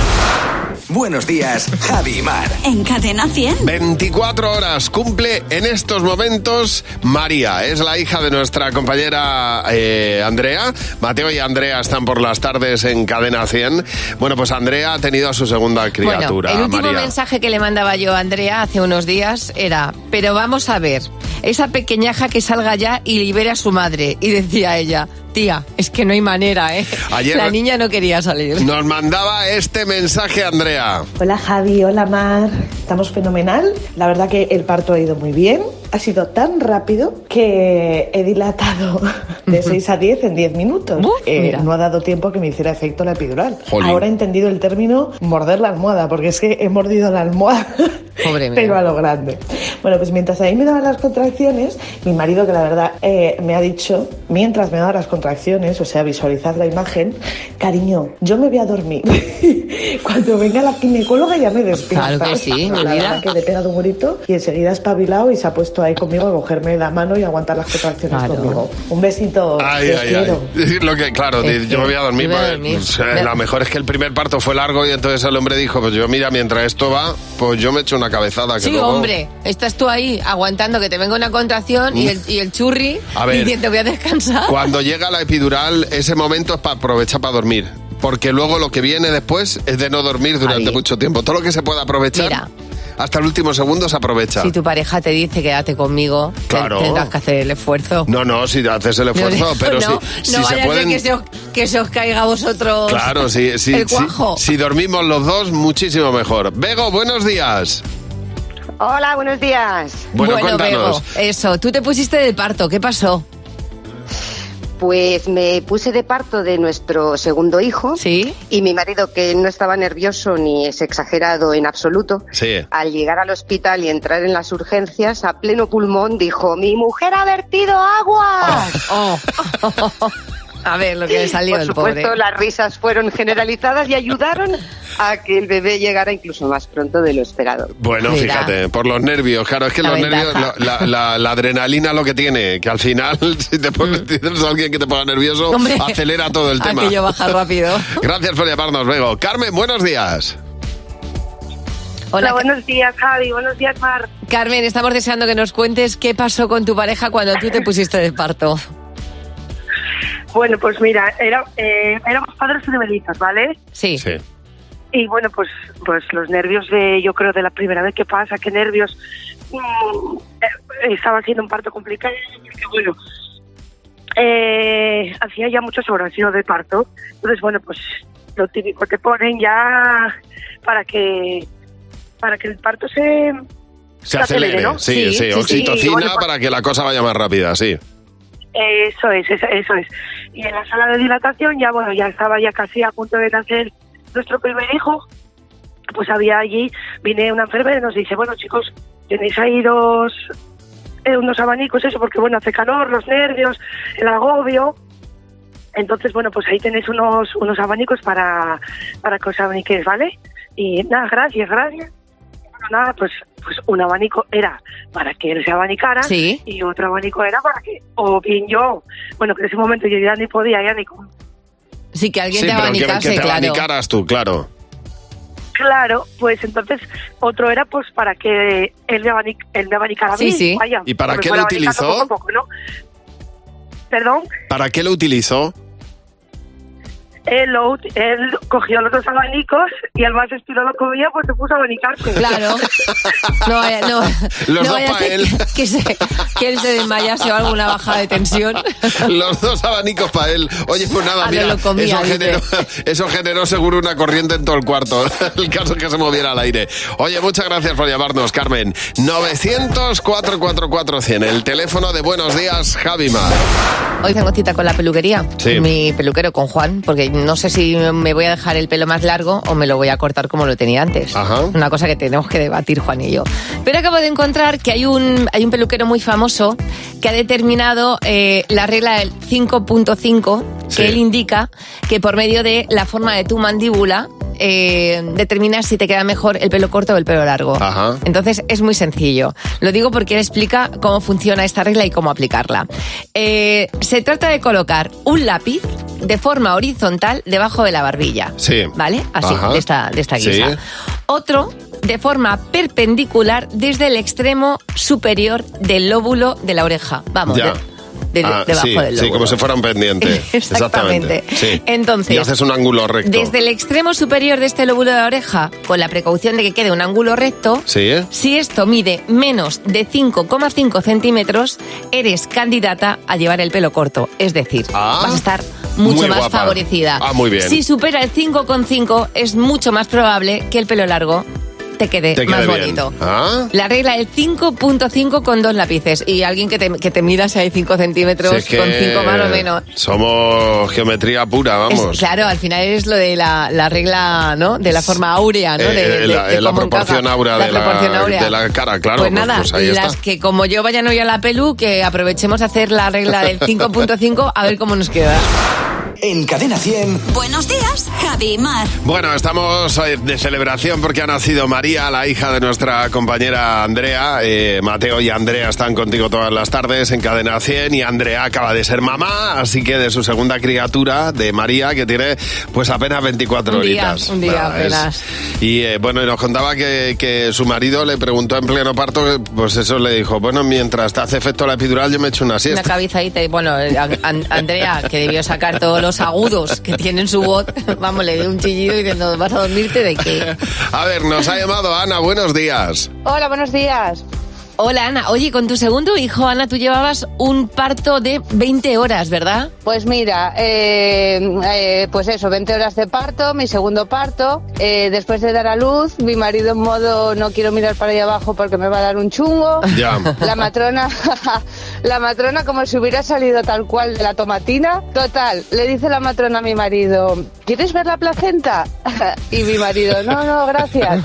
S2: Buenos días, Javi Mar.
S1: En Cadena 100.
S3: 24 horas cumple en estos momentos María. Es la hija de nuestra compañera eh, Andrea. Mateo y Andrea están por las tardes en Cadena 100. Bueno, pues Andrea ha tenido a su segunda criatura,
S4: bueno, el último
S3: María.
S4: mensaje que le mandaba yo a Andrea hace unos días era, pero vamos a ver, esa pequeñaja que salga ya y libere a su madre. Y decía ella, tía, es que no hay manera, ¿eh?
S3: Ayer-
S4: La niña no quería salir.
S3: Nos mandaba este mensaje Andrea.
S19: Hola Javi, hola Mar, estamos fenomenal. La verdad que el parto ha ido muy bien.
S18: ha sido tan rápido que he dilatado de 6 a 10 en 10 minutos. Eh,
S4: mira.
S18: no ha dado tiempo que me hiciera efecto la epidural.
S4: Jolín.
S18: Ahora he entendido el término morder la almohada, porque es que he mordido la almohada.
S4: Pobre mía.
S18: Pero a lo grande. Bueno, pues mientras ahí me daban las contracciones, mi marido, que la verdad eh, me ha dicho, mientras me daba las contracciones, o sea, visualizad la imagen, cariño, yo me voy a dormir. Cuando venga la ginecóloga ya me despierta.
S4: Claro que sí, mi
S18: La
S4: vida.
S18: verdad que le he pegado un grito y enseguida ha espabilado y se ha puesto ahí conmigo a cogerme la mano y a aguantar las contracciones conmigo. Un besito.
S3: Ay,
S18: te
S3: ay, ay.
S18: quiero.
S3: Lo que, claro,
S18: Es
S3: yo me voy a
S18: que
S3: dormir.
S18: me voy a
S3: porque,
S18: dormir.
S3: o sea,
S18: Me-
S3: lo mejor es que el primer parto fue largo y entonces el hombre dijo, pues yo mira, mientras esto va, pues yo me echo una cabezada. Que
S4: Sí,
S3: luego-
S4: hombre, estás tú ahí aguantando que te venga una contracción y el, y el churri
S3: A ver.
S4: diciendo voy a descansar.
S3: Cuando llega la epidural, ese momento es para aprovechar para dormir. Porque luego lo que viene después es de no dormir durante mucho tiempo. Todo lo que se pueda aprovechar, hasta el último segundo se aprovecha.
S4: Si tu pareja te dice quédate conmigo, te-
S3: Claro.
S4: tendrás que hacer el esfuerzo.
S3: No, no, si haces el esfuerzo,
S4: No,
S3: pero
S4: no,
S3: si,
S4: no
S3: si
S4: vaya
S3: se
S4: a ser
S3: pueden...
S4: que, se os, que se os caiga a vosotros
S3: Claro, sí, sí,
S4: el
S3: sí.
S4: cuajo.
S3: Si dormimos los dos, muchísimo mejor. Bego, buenos días.
S19: Hola, buenos días.
S3: Bueno, cuéntanos.
S4: Bego, eso, tú te pusiste de parto, ¿qué pasó?
S19: Pues me puse de parto de nuestro segundo hijo. Y mi marido, que no estaba nervioso ni es exagerado en absoluto,
S3: Sí.
S19: al llegar al hospital y entrar en las urgencias, a pleno pulmón dijo: ¡Mi mujer ha vertido agua!
S4: A ver, Oh, lo que le salió
S19: Por
S4: el
S19: supuesto,
S4: pobre.
S19: las risas fueron generalizadas y ayudaron a que el bebé llegara incluso más pronto de lo esperado.
S3: Bueno,
S19: Mira.
S3: fíjate, por los nervios, claro, es que
S19: La
S3: los
S19: ventaja.
S3: nervios, lo- la, la- la adrenalina lo que tiene, que al final, si te pones, tienes a alguien que te ponga nervioso,
S4: Hombre,
S3: acelera todo el tema.
S4: Aquello baja rápido.
S3: Gracias por llamarnos, Bego. Carmen, buenos días.
S4: Hola,
S20: buenos días, Javi. Buenos días, Mar.
S4: Carmen, estamos deseando que nos cuentes qué pasó con tu pareja cuando tú te pusiste de parto.
S20: Bueno, pues mira, era, eh, éramos padres primerizos, ¿vale?
S4: Sí.
S20: Y bueno, pues, pues los nervios de, yo creo, de la primera vez que pasa, qué nervios. Mm, eh, estaba haciendo un parto complicado, porque bueno, eh, hacía ya muchas horas yo de parto. Entonces, bueno, pues lo típico te ponen ya para que para que el parto se
S3: Se acelere,
S20: ¿no?
S3: sí, sí,
S20: Y
S3: oxitocina
S20: bueno, pues,
S3: para que la cosa vaya más rápida, sí.
S20: Eso es, eso, eso es. Y en la sala de dilatación ya, bueno, ya estaba ya casi a punto de nacer nuestro primer hijo. Pues había allí, vine una enfermera y nos dice, bueno chicos, tenéis ahí dos, eh, unos abanicos, eso, porque bueno, hace calor, los nervios, el agobio. Entonces, bueno, pues ahí tenéis unos, unos abanicos para, para que os abaniquéis, ¿vale? Y nada, gracias, gracias. Bueno, nada, pues, pues un abanico era para que él se abanicara
S4: Sí.
S20: y otro abanico era para que, o bien yo, bueno, que en ese momento yo ya ni podía, ya ni... con-
S4: Sí, que alguien
S3: sí,
S4: te
S3: pero que- que,
S4: abanicase,
S3: te
S4: claro.
S3: abanicaras tú, claro.
S20: Claro, pues entonces otro era pues para que él me, abanic- él me abanicara a
S3: Sí,
S20: mí,
S3: sí.
S20: vaya.
S3: ¿Y para
S20: que me
S3: qué
S20: fuera
S3: lo
S20: abanicando
S3: utilizó?
S20: poco a poco, ¿no? Perdón.
S3: ¿Para qué lo utilizó?
S20: él, lo ut- él cogió los dos abanicos y el más estiró lo comía, pues se puso a abanicarse.
S4: Claro. No vaya, no,
S3: Los
S4: no
S3: dos
S4: vaya a
S3: pa'
S4: ser
S3: él.
S4: Que, que se- que él se desmayase o alguna bajada de tensión.
S3: Los dos abanicos para él. Oye, pues nada,
S4: Ah, no
S3: mira,
S4: lo comía,
S3: eso,
S4: dice.
S3: generó, eso generó seguro una corriente en todo el cuarto. El caso es que se moviera al aire. Oye, muchas gracias por llamarnos, Carmen. 900-444-100, el teléfono de Buenos Días, Javi Mar.
S4: Hoy tengo cita con la peluquería.
S3: Sí.
S4: Mi peluquero con Juan, porque no sé si me voy a dejar el pelo más largo o me lo voy a cortar como lo tenía antes. Una cosa que tenemos que debatir Juan y yo. Pero acabo de encontrar que hay un, hay un peluquero muy famoso que ha determinado eh, la regla del 5.5, que
S21: Sí.
S4: él indica que por medio de la forma de tu mandíbula eh, determinas si te queda mejor el pelo corto o el pelo largo. Entonces es muy sencillo. Lo digo porque él explica cómo funciona esta regla y cómo aplicarla. Eh, se trata de colocar un lápiz de forma horizontal debajo de la barbilla.
S3: Sí.
S4: ¿Vale? Así,
S3: Ajá.
S4: de esta, de esta
S3: Sí.
S4: guisa. Otro de forma perpendicular desde el extremo superior del lóbulo de la oreja. Vamos,
S3: Ya.
S4: de- de-
S3: Ah,
S4: debajo
S3: sí,
S4: del
S3: sí,
S4: lóbulo.
S3: como si fuera un pendiente.
S4: Exactamente.
S3: Sí.
S4: Entonces,
S3: y haces un ángulo recto.
S4: Desde el extremo superior de este lóbulo de la oreja, con la precaución de que quede un ángulo recto,
S3: Sí, ¿eh?
S4: si esto mide menos de 5,5 centímetros, eres candidata a llevar el pelo corto. Es decir, vas a estar mucho
S3: Ah, muy
S4: más
S3: guapa.
S4: favorecida.
S3: Ah, muy bien.
S4: Si supera el 5,5, es mucho más probable que el pelo largo te quede
S3: Te
S4: más
S3: quede bien.
S4: bonito.
S3: Ah.
S4: La regla es 5.5 con dos lápices. Y alguien que te, que te mida si hay 5 centímetros
S3: Si es que
S4: con 5 más o menos.
S3: Somos geometría pura,
S4: Es-
S3: vamos.
S4: claro, al final es lo de la, la regla, ¿no? De la forma áurea, ¿no? De-
S3: Eh,
S4: de-
S3: eh, la,
S4: de
S3: eh, la
S4: cómo encaja.
S3: proporción aura
S4: La
S3: de, la-
S4: proporción áurea.
S3: de la cara, claro.
S4: pues nada,
S3: ahí
S4: las
S3: está.
S4: que como yo vayan hoy a la pelu, que aprovechemos a hacer la regla del 5.5 a ver cómo nos queda.
S22: En Cadena 100.
S1: Buenos días, Javi y Mar.
S3: Bueno, estamos eh, de celebración porque ha nacido María, la hija de nuestra compañera Andrea. Eh, Mateo y Andrea están contigo todas las tardes en Cadena 100 y Andrea acaba de ser mamá, así que de su segunda criatura, de María, que tiene pues apenas 24
S4: Un día,
S3: horitas.
S4: un día
S3: Nada, es-
S4: apenas.
S3: y eh, bueno, y nos contaba que, que su marido le preguntó en pleno parto, pues eso le dijo, bueno, mientras te hace efecto la epidural yo me echo una
S4: Una
S3: siesta.
S4: cabizadita y bueno, a- an- Andrea, que debió sacar todos los agudos que tiene en su voz, vamos, le dio un chillido diciendo, ¿vas a dormirte de qué?
S3: A ver, nos ha llamado Ana, buenos días.
S4: Hola, buenos días. Hola, Ana. Oye, con tu segundo hijo, Ana, tú llevabas un parto de 20 horas, ¿verdad?
S20: Pues mira, eh, eh, pues eso, 20 horas de parto, mi segundo parto. eh, después de dar a luz, mi marido en modo no quiero mirar para allá abajo porque me va a dar un chungo.
S21: Ya.
S20: La matrona, la matrona como si hubiera salido tal cual de la tomatina. Total, le dice la matrona a mi marido, ¿quieres ver la placenta? y mi marido, no, no, gracias.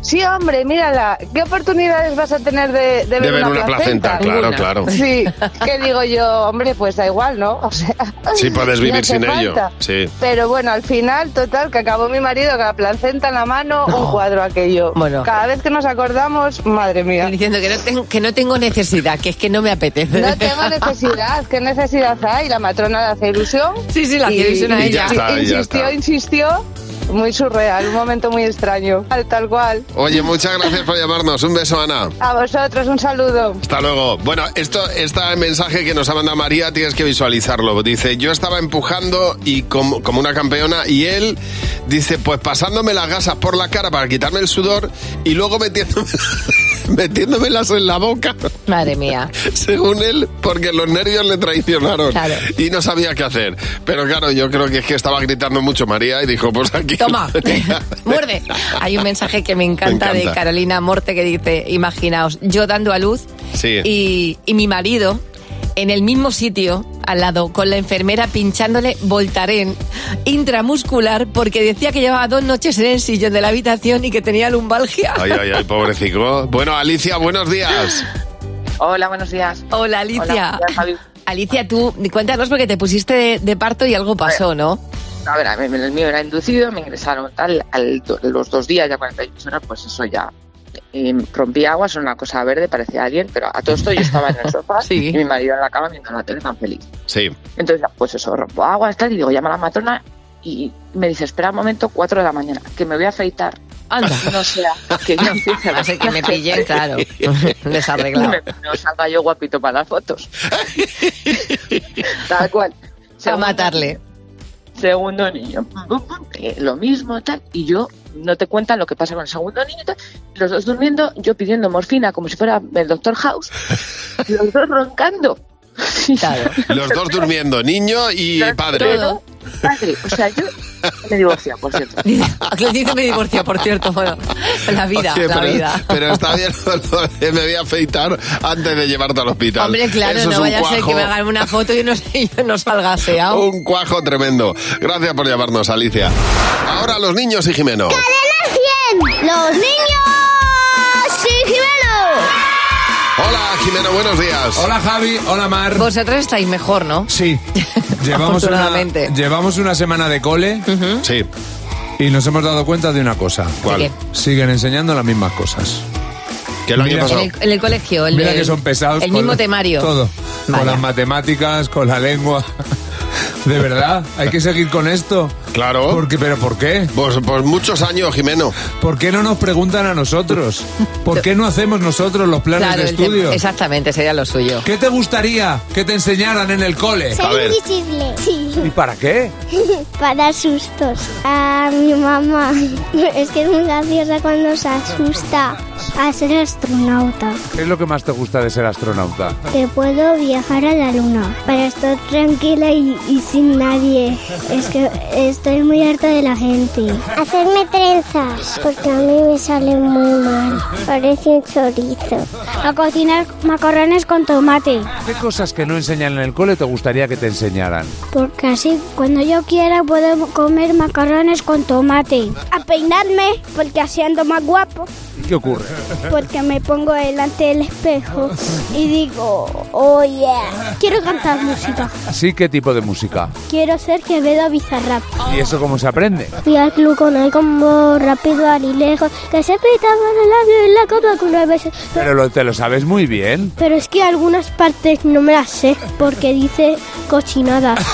S20: Sí, hombre, mírala. ¿Qué oportunidades vas a tener de, de ver,
S3: ver una placenta, claro,
S20: Ninguna.
S3: claro.
S20: Sí, que digo yo, hombre, pues da igual, ¿no? O sea,
S3: Sí, puedes
S20: no
S3: vivir
S20: hace
S3: sin ello.
S20: falta.
S3: Sí.
S20: Pero bueno, al final, total, que acabó mi marido con la placenta en la mano, un cuadro aquello.
S4: Bueno.
S20: Cada vez que nos acordamos, madre mía.
S4: Diciendo que no, ten- que no tengo necesidad, que es que no me apetece.
S20: No tengo necesidad, ¿qué necesidad hay? La matrona le hace ilusión.
S4: Sí, sí, le hace ilusión a Y ya ella. está, y
S20: Insistió,
S3: ya está.
S20: insistió. Muy surreal, un momento muy extraño, tal, tal cual.
S3: Oye, muchas gracias por llamarnos. Un beso, Ana.
S20: A vosotros un saludo.
S3: Hasta luego. Bueno, esto, este mensaje que nos ha mandado María tienes que visualizarlo. Dice, yo estaba empujando y como, como una campeona y él dice, pues pasándome las gasas por la cara para quitarme el sudor y luego metiéndome, metiéndomelas en la boca.
S4: Madre mía.
S3: Según él, porque los nervios le traicionaron
S4: Claro.
S3: y no sabía qué hacer. Pero claro, yo creo que es que estaba gritando mucho María y dijo, pues aquí...
S4: Toma. Muerde. Hay un mensaje que me encanta,
S3: Me encanta.
S4: de Carolina Morte que dice, imaginaos, yo dando a luz
S3: Sí.
S4: y, y mi marido en el mismo sitio, al lado, con la enfermera pinchándole Voltaren intramuscular porque decía que llevaba dos noches en el sillón de la habitación y que tenía lumbalgia.
S3: Ay, ay, ay, pobrecito. Bueno, Alicia, buenos días.
S23: Hola, buenos días.
S4: Hola, Alicia. Alicia, tú cuéntanos porque te pusiste de, de parto y algo pasó, ¿no?
S23: A ver, a ver, el mío era inducido, me ingresaron tal, al, do- los dos días, ya 48 horas, pues eso ya. eh, rompí aguas, era una cosa verde, parecía alguien, pero a todo esto yo estaba en el sofá y mi marido en la cama viendo la tele tan feliz.
S3: Sí.
S23: Entonces, pues eso, rompo aguas, tal, y digo, llama a la matrona y me dice, espera un momento, 4 de la mañana, que me voy a afeitar.
S4: Anda.
S23: No sea que yo empiece a
S4: No sé, que me pillen, claro. Desarreglado.
S23: Me- No salga yo guapito para las fotos. Tal cual.
S4: A matarle.
S23: Segundo niño. Pum, pum, eh, Lo mismo, tal. Y yo, no te cuentan lo que pasa con el segundo niño. tal. Los dos durmiendo, yo pidiendo morfina como si fuera el doctor House. Los dos roncando.
S3: Los dos durmiendo, niño y padre.
S23: Todo. Padre. O sea, yo me divorcio, por cierto.
S4: Dice me divorcio, por cierto. Bueno, la vida,
S3: Oye,
S4: la
S3: pero,
S4: vida.
S3: pero está bien, lo de me voy a afeitar antes de llevarte al hospital.
S4: Hombre, claro,
S3: Eso es
S4: no
S3: un
S4: vaya a ser
S3: cuajo,
S4: que me hagan una foto y no, y yo no salga aseado.
S3: Un cuajo tremendo. Gracias por llamarnos, Alicia. Ahora los niños y Jimeno.
S24: ¡Los niños! ¡Sí,
S3: Hola, Jimeno, buenos días.
S6: Hola, Javi. Hola, Mar.
S4: Vosotros estáis mejor, ¿no?
S6: Sí. Llevamos una,
S4: Afortunadamente.
S6: llevamos una semana de cole.
S3: Sí.
S6: Y nos hemos dado cuenta de una cosa.
S4: ¿Cuál?
S6: Siguen enseñando las mismas cosas.
S3: Que
S6: el
S4: En el, en el colegio. El,
S6: Mira
S4: el-
S6: que son pesados.
S4: El
S6: con
S4: mismo
S6: la-
S4: temario.
S6: Todo.
S4: Vaya.
S6: Con las matemáticas, con la lengua. De verdad, hay que seguir con esto.
S3: Claro.
S6: Porque, ¿Pero por qué?
S3: Pues, muchos años, Jimeno.
S6: ¿Por qué no nos preguntan a nosotros? ¿Por qué no hacemos nosotros los planes
S4: Claro,
S6: de
S4: el tem-
S6: estudio?
S4: exactamente, sería lo suyo.
S6: ¿Qué te gustaría que te enseñaran en el cole?
S24: invisible. Sí.
S6: ¿Y para qué?
S24: Para sustos. A mi mamá. Es que es muy graciosa cuando se asusta.
S25: A ser astronauta.
S6: ¿Qué es lo que más te gusta de ser astronauta?
S25: Que puedo viajar a la luna para estar tranquila y, y sin nadie. Es que estoy muy harta de la gente. Hacerme trenzas. Porque a mí me sale muy mal. Parece un chorizo. A cocinar macarrones con tomate.
S6: ¿Qué cosas que no enseñan en el cole te gustaría que te enseñaran?
S25: Porque así, cuando yo quiera, puedo comer macarrones con tomate. A peinarme, porque así ando más guapo.
S6: ¿Y qué ocurre?
S25: Porque me pongo delante del espejo y digo, oh yeah. Quiero cantar música.
S6: ¿Sí qué tipo de música?
S25: Quiero ser Quevedo Bizarrap.
S6: ¿Y eso cómo se aprende?
S25: Fui al club con el combo rápido al y lejos, que se pitaban el labio y la copa con nueve veces.
S6: Pero lo- te lo sabes muy bien.
S25: Pero es que algunas partes no me las sé, porque dice cochinadas.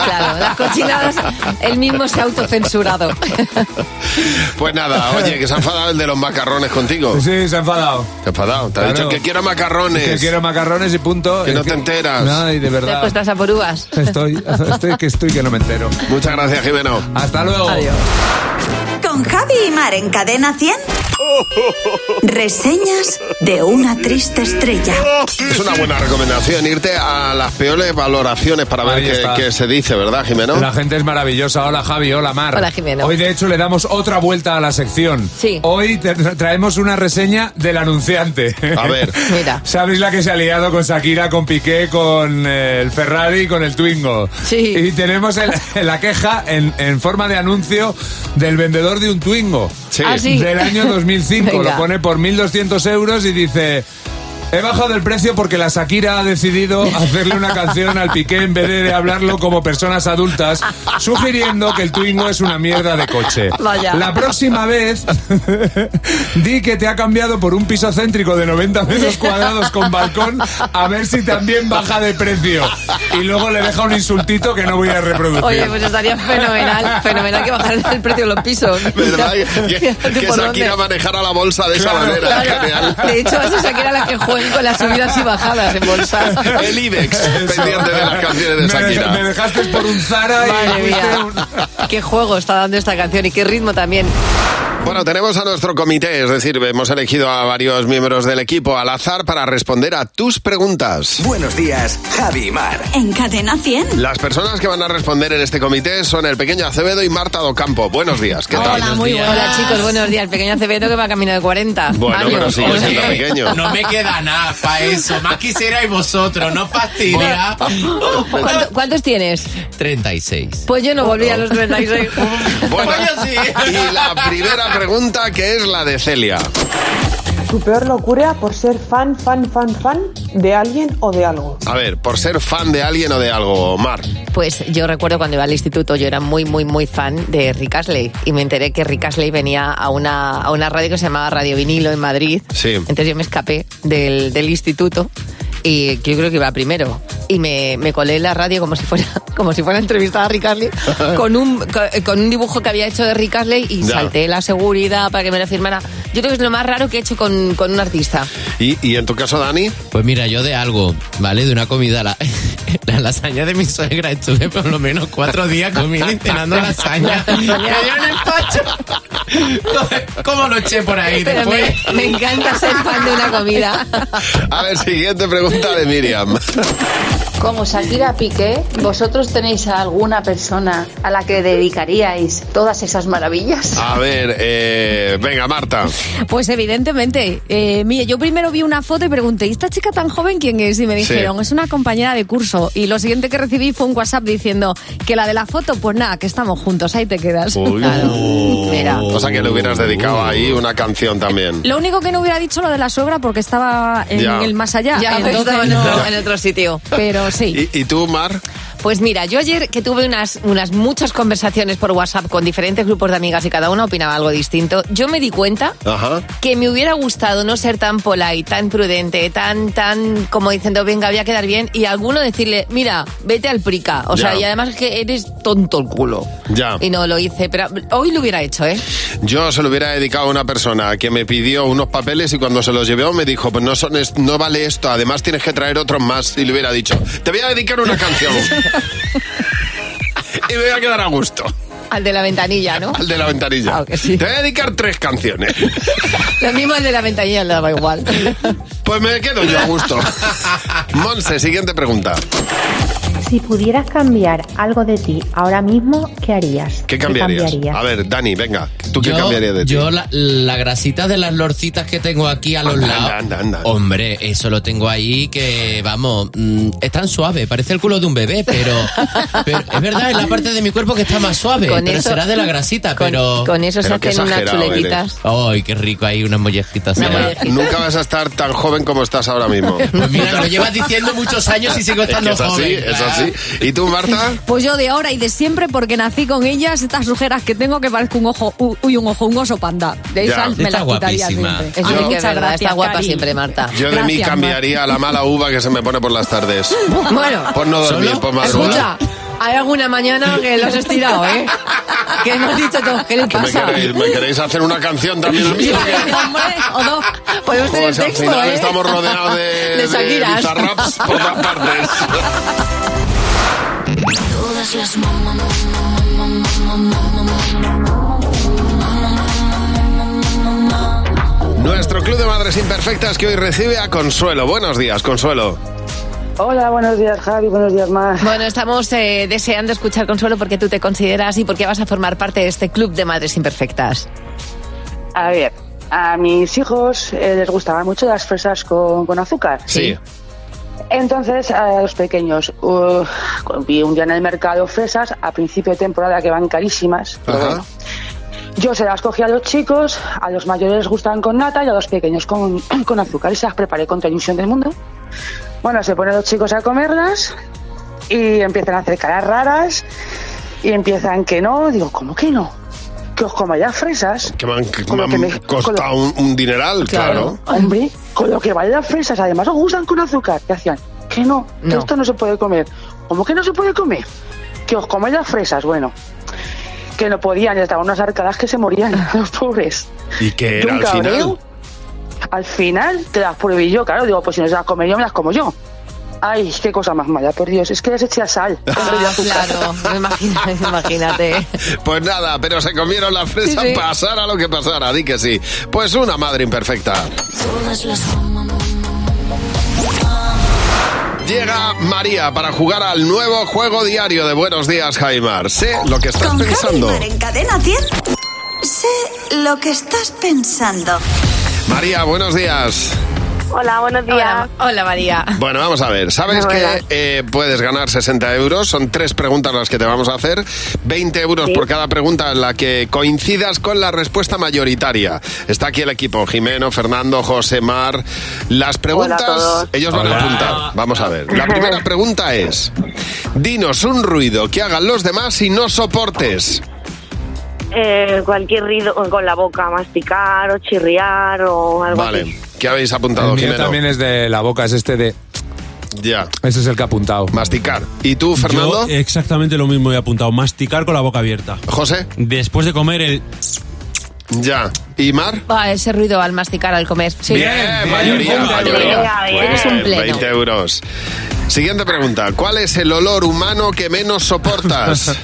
S4: Claro, las cochinadas, él mismo se ha autocensurado.
S3: Pues nada, oye, que se ha enfadado el de los macarrones contigo.
S6: Sí, se ha enfadado.
S3: Se ha enfadado. Te ha
S6: Claro.
S3: dicho que quiero macarrones.
S6: Que quiero macarrones y punto.
S3: Que no
S6: Es
S3: te enteras.
S6: Ay, de verdad.
S4: Después estás a por uvas.
S6: Estoy, estoy que estoy que no me entero.
S3: Muchas gracias, Jimeno.
S6: Hasta luego.
S1: Con Javi y Mar en Cadena 100. Reseñas de una triste estrella.
S3: Es una buena recomendación irte a las peores valoraciones para ver
S6: Ahí
S3: qué,
S6: está.
S3: qué se dice, ¿verdad, Jimeno?
S6: La gente es maravillosa. Hola Javi, hola Mar.
S4: Hola, Jimeno.
S6: Hoy de hecho le damos otra vuelta a la sección. Hoy te- traemos una reseña del anunciante.
S3: A ver.
S4: Mira.
S6: ¿Sabéis la que se ha liado con Shakira, con Piqué, con eh, el Ferrari, con el Twingo? Sí. Y tenemos el- la queja en, en forma de anuncio del vendedor de un Twingo.
S3: Sí. Ah, sí.
S6: Del año 2005.
S3: Venga.
S6: Lo pone por 1.200 euros y dice... He bajado el precio porque la Shakira ha decidido hacerle una canción al Piqué en vez de hablarlo como personas adultas, sugiriendo que el Twingo es una mierda de coche.
S4: Vaya.
S6: La próxima vez di que te ha cambiado por un piso céntrico de 90 metros cuadrados con balcón a ver si también baja de precio. Y luego le deja un insultito que no voy a reproducir.
S4: Oye, pues estaría fenomenal, fenomenal que bajaran el precio de los pisos.
S3: ¿Verdad? Que, que-
S4: Fíjate
S3: que
S4: por
S3: Shakira
S4: dónde.
S3: manejara la bolsa de esa manera. Genial.
S4: De hecho, eso es Shakira la que juega con las subidas y bajadas en bolsa.
S3: El IBEX, pendiente de las canciones de Shakira.
S6: Me dejaste por un Zara y
S4: Madre
S6: fuiste
S4: mía. Qué juego está dando esta canción y qué ritmo también.
S3: Bueno, tenemos a nuestro comité, es decir, hemos elegido a varios miembros del equipo al azar para responder a tus preguntas.
S2: Buenos días, Javi y Mar.
S1: En Cadena 100.
S3: Las personas que van a responder en este comité son el pequeño Acevedo y Marta Docampo. Buenos días, ¿qué tal?
S4: Hola chicos, buenos días. El pequeño Acevedo que va camino de 40.
S3: Ah. Bueno,
S4: años.
S3: pero sigue
S5: Oye,
S3: siendo pequeño.
S5: No me queda nada para eso. Más quisierais vosotros, no fastidia.
S4: ¿Cuánto- ¿Cuántos tienes?
S5: 36.
S4: Pues yo no volví a los 36.
S3: Bueno, y la primera pregunta que es la de Celia.
S8: ¿Tu peor locura por ser fan, fan, fan, fan de alguien o de algo?
S3: A ver, por ser fan de alguien o de algo, Mar.
S4: Pues yo recuerdo cuando iba al instituto, yo era muy, muy, muy fan de Rick Astley. Y me enteré que Rick Astley venía a una, a una radio que se llamaba Radio Vinilo en Madrid.
S3: Sí.
S4: Entonces yo me escapé del, del instituto y que yo creo que iba primero. Y me, me colé en la radio como si fuera, como si fuera entrevistada a Rick Astley con un, con- con un dibujo que había hecho de Rick Astley y
S3: Ya.
S4: salté la seguridad para que me lo firmara. Yo creo que es lo más raro que he hecho con, con un artista.
S3: ¿Y, y en tu caso, Dani?
S5: Pues mira, yo de algo, ¿vale? De una comida, la, la lasaña de mi suegra, estuve por lo menos cuatro días comiendo y cenando lasaña. Me dio un empacho. ¿Cómo lo eché por ahí
S4: Pero me-
S5: después?
S4: me encanta ser fan de una comida.
S3: A ver, siguiente pregunta de Miriam.
S12: Como Shakira Piqué, ¿vosotros tenéis a alguna persona a la que dedicaríais todas esas maravillas?
S3: A ver, eh, venga, Marta.
S26: Pues evidentemente. Eh, mire, yo primero vi una foto y pregunté, ¿y esta chica tan joven quién es? Y me
S3: Sí.
S26: dijeron, es una compañera de curso. Y lo siguiente que recibí fue un WhatsApp diciendo que la de la foto, pues nada, que estamos juntos, ahí te quedas. Mira.
S3: O sea que le hubieras dedicado ahí una canción también.
S26: Lo único que no hubiera dicho lo de la suegra porque estaba en
S3: Ya.
S26: el más allá.
S4: Ya,
S26: entonces
S4: estaba en
S26: no-
S4: otro, en otro sitio.
S26: Pero sí.
S3: ¿Y, y tú, Mar?
S4: Pues mira, yo ayer que tuve unas, unas muchas conversaciones por WhatsApp con diferentes grupos de amigas y cada una opinaba algo distinto, yo me di cuenta
S3: Ajá.
S4: que me hubiera gustado no ser tan polite, tan prudente, tan, tan, como diciendo, venga, voy a quedar bien, y alguno decirle, mira, vete al prica. O sea,
S3: Ya. Ah.
S4: y además que eres tonto el culo.
S3: Ya.
S4: Y no lo hice, pero hoy lo hubiera hecho, ¿eh?
S3: Yo se lo hubiera dedicado a una persona que me pidió unos papeles y cuando se los llevó me dijo, pues no, son, es- no vale esto, además tienes que traer otros más. Y le hubiera dicho, te voy a dedicar una canción. y me voy a quedar a gusto.
S4: Al de la ventanilla, ¿no?
S3: Al de la ventanilla. Te voy a dedicar tres canciones.
S4: Lo mismo el de la ventanilla le daba igual.
S3: Pues me quedo yo a gusto. Monse, siguiente pregunta.
S9: Si pudieras cambiar algo de ti ahora mismo, ¿qué harías?
S3: ¿Qué cambiarías? A ver, Dani, venga. ¿Tú qué
S5: Yo-
S3: cambiarías de ti?
S5: Yo la, la grasita de las lorcitas que tengo aquí a los
S3: Anda,
S5: lados.
S3: anda,
S5: Hombre, eso lo tengo ahí que, vamos, mm, es tan suave, parece el culo de un bebé, pero, pero es verdad, es la parte de mi cuerpo que está más suave,
S4: Con
S5: pero
S4: eso-
S5: será de la grasita,
S4: con-
S5: pero...
S4: con eso se Pero qué hacen unas exagerado chuletitas. eres.
S5: Ay, qué rico, ahí unas mollejitas.
S3: Mira,
S5: ahí.
S3: nunca vas a estar tan joven como estás ahora mismo.
S5: Pues mira, lo llevas diciendo muchos años y sigo
S3: Es que
S5: estando
S3: es así,
S5: joven.
S3: es
S5: claro.
S3: así. ¿Y tú, Marta?
S26: Pues yo de ahora y de siempre, porque nací con ellas, estas ojeras que tengo que parezco un ojo, u- uy, un ojo, un oso panda. De
S3: Ya.
S26: esas me
S3: Está
S26: las quitaría
S3: guapísima.
S26: siempre.
S3: Eso
S26: Ay,
S3: sí que
S4: es verdad, está guapa siempre, Marta.
S3: Yo de mí
S26: Gracias,
S3: cambiaría la mala uva que se me pone por las tardes.
S4: Bueno.
S3: Por no dormir, por madrugar.
S4: Escucha, hay alguna mañana que los he estirado, ¿eh? Que hemos dicho todos, ¿qué le
S3: ¿Que me,
S4: pasa?
S3: queréis, me queréis hacer una canción también a mí?
S4: Sí, hombre, o no. Podemos tener
S3: Pues al
S4: texto,
S3: final
S4: ¿eh?
S3: estamos rodeados de,
S4: De Shakiras.
S3: bizarraps por todas partes.
S10: Todas las mamá,
S3: Nuestro club de madres imperfectas que hoy recibe a Consuelo. Buenos días, Consuelo.
S4: Hola, buenos días, Javi, buenos días, más. Bueno, estamos eh, deseando escuchar Consuelo porque tú te consideras y porque vas a formar parte de este club de madres imperfectas.
S10: A ver, a mis hijos eh, les gustaban mucho las fresas con, con azúcar.
S3: Sí.
S10: Entonces, a los pequeños, uh, vi un día en el mercado fresas a principio de temporada que van carísimas. pero bueno. Yo se las cogí a los chicos, a los mayores les gustaban con nata y a los pequeños con, con azúcar y se las preparé con toda la ilusión del mundo. Bueno, se ponen los chicos a comerlas y empiezan a hacer caras raras y empiezan que no. Digo, ¿cómo que no? Que os coma ya fresas.
S3: Que me han, que
S10: Con lo
S3: me
S10: que
S3: han
S10: me-
S3: costado un, un dineral, claro.
S10: Hombre, con lo que valen las fresas, además os gustan con azúcar. ¿Qué hacían? Que no, que
S3: No.
S10: esto no se puede comer. ¿Cómo que no se puede comer? Que os comáis las fresas, bueno. Que no podían, ya estaban unas arcadas que se morían, los pobres.
S3: ¿Y que
S10: De
S3: era
S10: un
S3: al final?
S10: cabreo. Al final te las prohibí yo, claro. Digo, pues si no se las come yo, me las como yo. Ay, qué cosa más mala, por Dios. Es que les eché sal.
S3: Ah,
S4: Ah, claro, imagínate. imagínate.
S3: Pues nada, pero se comieron las fresas,
S10: Sí, sí.
S3: pasara lo que pasara, di que sí. Pues una madre imperfecta.
S10: Todas las
S3: Llega María para jugar al nuevo juego diario de Buenos Días, Jaimar. Sé lo que estás pensando.
S1: Javi Mar en cadena 100. Sé lo que estás pensando.
S3: María, buenos días.
S4: Hola, buenos días. Hola, María.
S3: Bueno, vamos a ver. Sabes que
S4: Hola.
S3: eh, puedes ganar 60 euros. Son tres preguntas las que te vamos a hacer. 20 euros por cada pregunta en la que coincidas con la respuesta mayoritaria. Está aquí el equipo. Jimeno, Fernando, José, Mar. Las preguntas,
S2: Hola a todos.
S3: ellos van a
S2: Hola.
S3: apuntar. Vamos a ver. La primera pregunta es, dinos un ruido que hagan los demás y no soportes.
S20: Eh, cualquier ruido con la boca, masticar o chirriar o algo así.
S3: Vale. ¿Qué habéis apuntado,
S6: El mío
S3: Jimeno?
S6: también es de la boca, es este de...
S3: Ya.
S6: Ese es el que ha apuntado.
S3: Masticar. ¿Y tú, Fernando?
S7: Yo exactamente lo mismo he apuntado, masticar con la boca abierta.
S3: José.
S7: Después de comer el...
S3: Ya. ¿Y Mar?
S4: Va, ese ruido al masticar, al comer. Sí.
S3: Bien, mayoría, mayoría.
S4: Bien, Eres un pleno.
S3: 20 euros. Siguiente pregunta. ¿Cuál es el olor humano que menos soportas?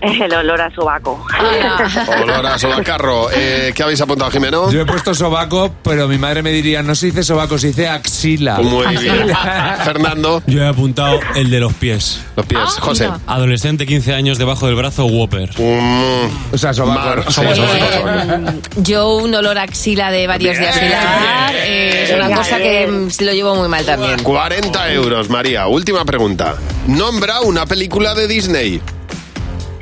S20: El olor a sobaco.
S4: Ah,
S3: olor a sobacarro. Eh, ¿Qué habéis apuntado, Jimeno?
S6: Yo he puesto sobaco, pero mi madre me diría, no se dice sobaco, se dice axila.
S3: Muy bien. Fernando.
S7: Yo he apuntado el de los pies.
S3: Los pies,
S7: Ah,
S3: José.
S7: mira. Adolescente, 15 años, debajo del brazo, Whopper.
S3: Mm.
S6: o sea,
S7: sobaco.
S4: Yo un olor a axila de varios días sin lavar. eh, es una
S3: Bien.
S4: cosa que mm, lo llevo muy mal también.
S3: 40 euros, María. Última pregunta. Nombra una película de Disney.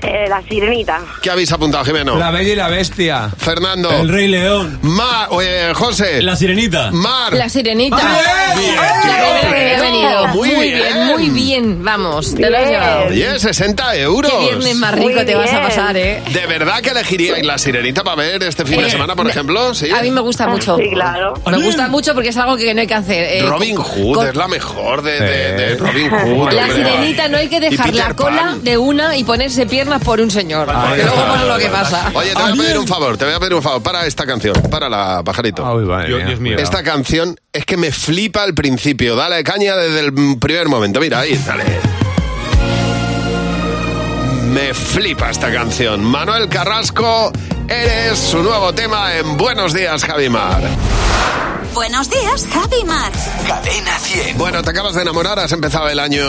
S20: Eh, la sirenita.
S3: ¿Qué habéis apuntado, Jimeno?
S6: La bella y la bestia.
S3: Fernando.
S7: El Rey León.
S3: Ma eh, José.
S7: La sirenita.
S3: Mar. Ah,
S4: La sirenita. La primera que había venido. Muy, bien. muy bien. Vamos, te lo has llevado.
S3: Oye, 60 euros.
S4: Qué viernes más rico
S10: Muy
S4: te vas a
S10: bien.
S4: pasar, ¿eh?
S3: ¿De verdad que elegiríais la sirenita para ver este fin de
S4: Eh,
S3: semana, por
S4: me-
S3: ejemplo? ¿Sí?
S4: A mí me
S23: Ah,
S20: Ah.
S4: gusta mucho.
S3: Sí, claro.
S4: Me gusta mucho porque es algo que no hay que hacer. eh,
S3: Robin Hood
S4: con-
S3: es la mejor de, de- de Robin Hood.
S4: La
S3: hombre.
S4: sirenita no hay que
S3: Y
S4: dejar
S3: Peter
S4: la cola
S3: Pan.
S4: de una y ponerse piernas por un señor.
S3: Ahí
S4: Porque luego
S3: está.
S4: vemos lo que pasa.
S3: Oye, te voy a pedir un favor, te voy a pedir un favor. Para esta canción, para la pajarito.
S6: Dios- mía. Dios mío.
S3: Esta canción es que me flipa al principio. Dale caña desde el primer momento. Mira, ahí, dale. Me flipa esta canción. Manuel Carrasco, eres su nuevo tema en Buenos Días, Javimar.
S1: Buenos días, Javi Mar. Cadena 100.
S3: Bueno, te acabas de enamorar, has empezado el año,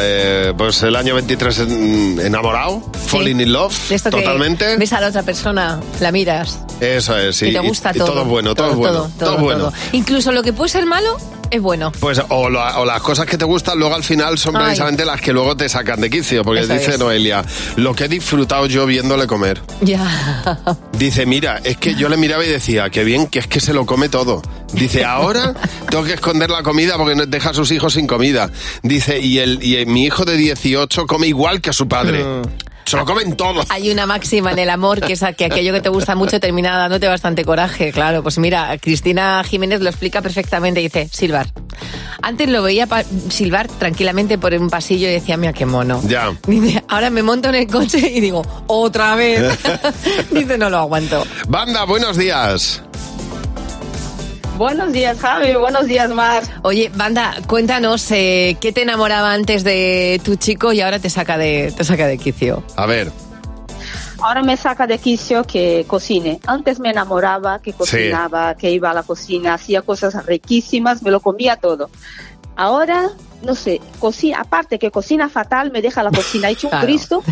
S3: eh, pues el año 23 en- enamorado, falling in love,
S4: De esto que
S3: totalmente.
S4: ves a la otra persona, la miras
S3: Eso es, sí.
S4: y te gusta
S3: y
S4: todo.
S3: todo es bueno, todo, es bueno,
S4: Todo, todo,
S3: es bueno.
S4: todo. Incluso lo que puede ser malo es bueno.
S3: Pues o, la- o las cosas que te gustan luego al final son
S4: Ay.
S3: precisamente las que luego te sacan de quicio, porque
S4: Eso
S3: dice
S4: es.
S3: Noelia, lo que he disfrutado yo viéndole comer.
S4: Ya.
S3: Dice, mira, es que yo le miraba y decía, qué bien, que es que se lo come todo. Dice, ahora tengo que esconder la comida porque no- deja a sus hijos sin comida. Dice, y, el, y mi hijo de 18 come igual que su padre. Se lo comen todo.
S4: Hay una máxima en el amor que es a- que aquello que te gusta mucho termina dándote bastante coraje, claro. Pues mira, Cristina Jiménez lo explica perfectamente. Dice, silbar. Antes lo veía pa- silbar tranquilamente por un pasillo y decía, mira qué mono.
S3: Ya.
S4: Dice, ahora me monto en el coche y digo, otra vez. Dice, no lo aguanto.
S3: Banda, buenos días.
S4: Buenos días, Javi. Buenos días, Mar. Oye, banda, cuéntanos eh, qué te enamoraba antes de tu chico y ahora te saca de, te saca de quicio.
S3: A ver,
S11: Ahora me saca de quicio que cocine. Antes me enamoraba que cocinaba, que iba a la cocina, hacía cosas riquísimas, me lo comía todo. Ahora, no sé, cocina, aparte que cocina fatal, me deja la cocina hecho un
S4: Claro.
S11: Cristo.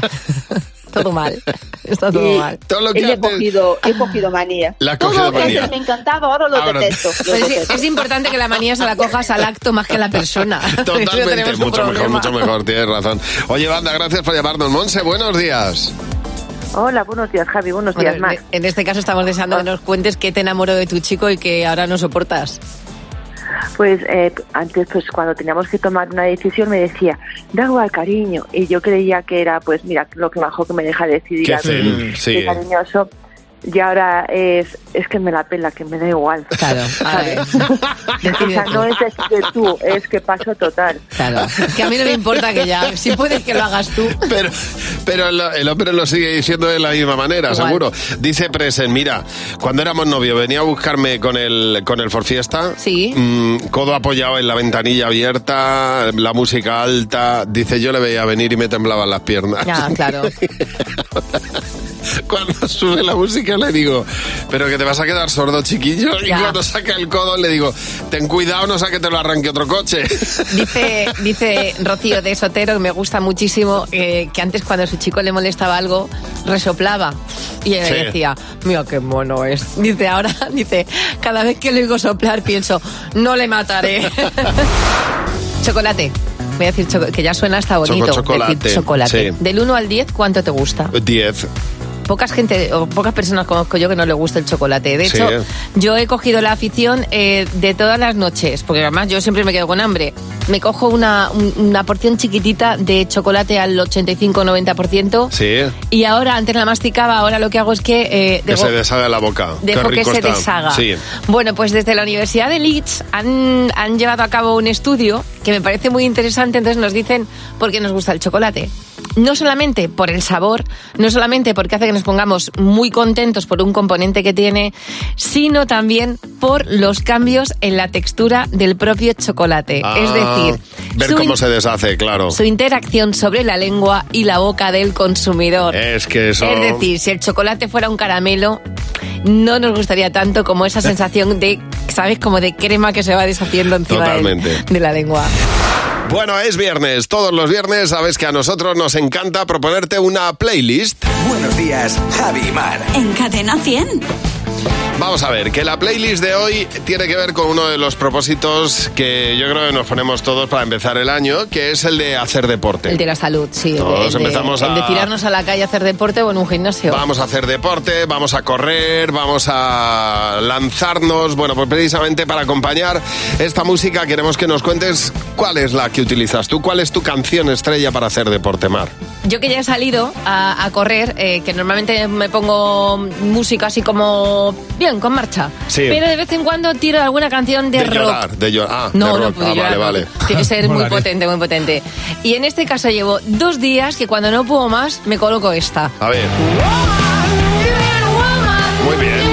S4: Todo mal. Está todo
S11: y
S4: mal.
S11: y le he, cogido, he cogido manía.
S4: Le has
S11: todo
S4: cogido
S11: lo que antes
S4: manía.
S11: me encantaba, ahora lo
S4: Ahora-
S11: detesto. lo
S4: Pero es,
S11: detesto.
S4: es importante que la manía se la cojas al acto más que a la persona. Eso
S3: totalmente.
S4: tenemos un
S3: Mucho mejor,
S4: problema.
S3: mucho mejor, tienes razón. Oye, Banda, gracias por llamarnos. Monse, buenos días.
S13: Hola, buenos días, Javi. Buenos
S4: Bueno,
S13: días, Mar.
S4: en- En este caso estamos deseando que nos cuentes qué te enamoró de tu chico y que ahora no soportas.
S13: Pues eh, antes, pues cuando teníamos que tomar una decisión, me decía, da igual, cariño. Y yo creía que era, pues mira, lo que mejor que me deja decidir.
S3: Qué
S13: algo.
S3: zen,
S13: Qué
S3: sí.
S13: cariñoso. Y ahora es, es que me la pela, que me da igual.
S4: Claro,
S13: ¿sabes? O sea, no es de tú, es que paso total.
S4: Claro. Que a mí no me importa que ya, si puedes que lo hagas tú.
S3: Pero, pero el, el hombre lo sigue diciendo de la misma manera,
S4: Igual.
S3: seguro. Dice Presen, mira, cuando éramos novios venía a buscarme con el con el Forfiesta.
S4: Sí.
S3: codo apoyado en la ventanilla abierta, la música alta. Dice, yo le veía venir y me temblaban las piernas.
S4: Ya, claro.
S3: Cuando sube la música le digo, pero que te vas a quedar sordo, chiquillo.
S4: Ya.
S3: Y cuando saca el codo le digo, ten cuidado, no sea que te lo arranque otro coche.
S4: Dice, dice Rocío de Sotero, que me gusta muchísimo, eh, que antes cuando a su chico le molestaba algo, resoplaba. Y él
S14: Sí.
S4: decía, mira qué mono es. Dice, ahora, dice, cada vez que le oigo soplar pienso, no le mataré. chocolate. Voy a decir choco- que ya suena hasta
S3: Choco-
S4: bonito.
S3: chocolate,
S4: decir chocolate.
S3: sí.
S4: Del 1 al 10, ¿cuánto te gusta?
S3: 10.
S4: Pocas gente o pocas personas conozco yo que no le gusta el chocolate. De
S3: Sí.
S4: hecho, yo he cogido la afición eh, de todas las noches, porque además yo siempre me quedo con hambre. Me cojo una, un- una porción chiquitita de chocolate al 85-90%.
S3: Sí.
S4: Y ahora, antes la masticaba, ahora lo que hago es que... eh,
S3: Que
S4: dejo-
S3: se deshaga la boca. Qué
S4: Dejo que
S3: rico
S4: se
S3: está.
S4: deshaga.
S3: Sí.
S4: Bueno, pues desde la Universidad de Leeds han, han llevado a cabo un estudio que me parece muy interesante. Entonces nos dicen por qué nos gusta el chocolate. No solamente por el sabor, no solamente porque hace que nos pongamos muy contentos por un componente que tiene, sino también por los cambios en la textura del propio chocolate. es
S3: Ah,
S4: decir,
S3: ver
S4: su
S3: cómo
S4: in-
S3: se deshace, claro.
S4: su interacción sobre la lengua y la boca del consumidor.
S3: Es que eso.
S4: Es decir, si el chocolate fuera un caramelo, no nos gustaría tanto como esa sensación de, ¿sabes? Como de crema que se va deshaciendo encima del-
S3: Totalmente.
S4: de la lengua.
S3: Bueno, es viernes. Todos los viernes sabes que a nosotros nos encanta proponerte una playlist. Buenos días, Javi Mar.
S1: En Cadena 100.
S3: Vamos a ver, que la playlist de hoy tiene que ver con uno de los propósitos que yo creo que nos ponemos todos para empezar el año, que es el de hacer deporte.
S4: El de la salud, sí. el de-
S3: Todos
S4: el de,
S3: empezamos
S4: el de
S3: a-
S4: tirarnos a la calle a hacer deporte o en un gimnasio.
S3: Vamos a hacer deporte, vamos a correr, vamos a lanzarnos. Bueno, pues precisamente para acompañar esta música queremos que nos cuentes cuál es la que utilizas tú, cuál es tu canción estrella para hacer deporte, Mar.
S4: Yo que ya he salido a, a correr, eh, que normalmente me pongo música así como bien, con marcha.
S3: Sí.
S4: Pero de vez en cuando tiro alguna canción de, rock.
S3: llorar, de llorar. Ah,
S4: No,
S3: de
S4: no
S3: rock.
S4: puedo
S3: Ah, vale,
S4: llorar, no.
S3: vale.
S4: Tiene que ser muy potente, muy potente. Y en este caso llevo dos días que cuando no puedo más me coloco esta.
S3: A ver.
S4: Muy bien.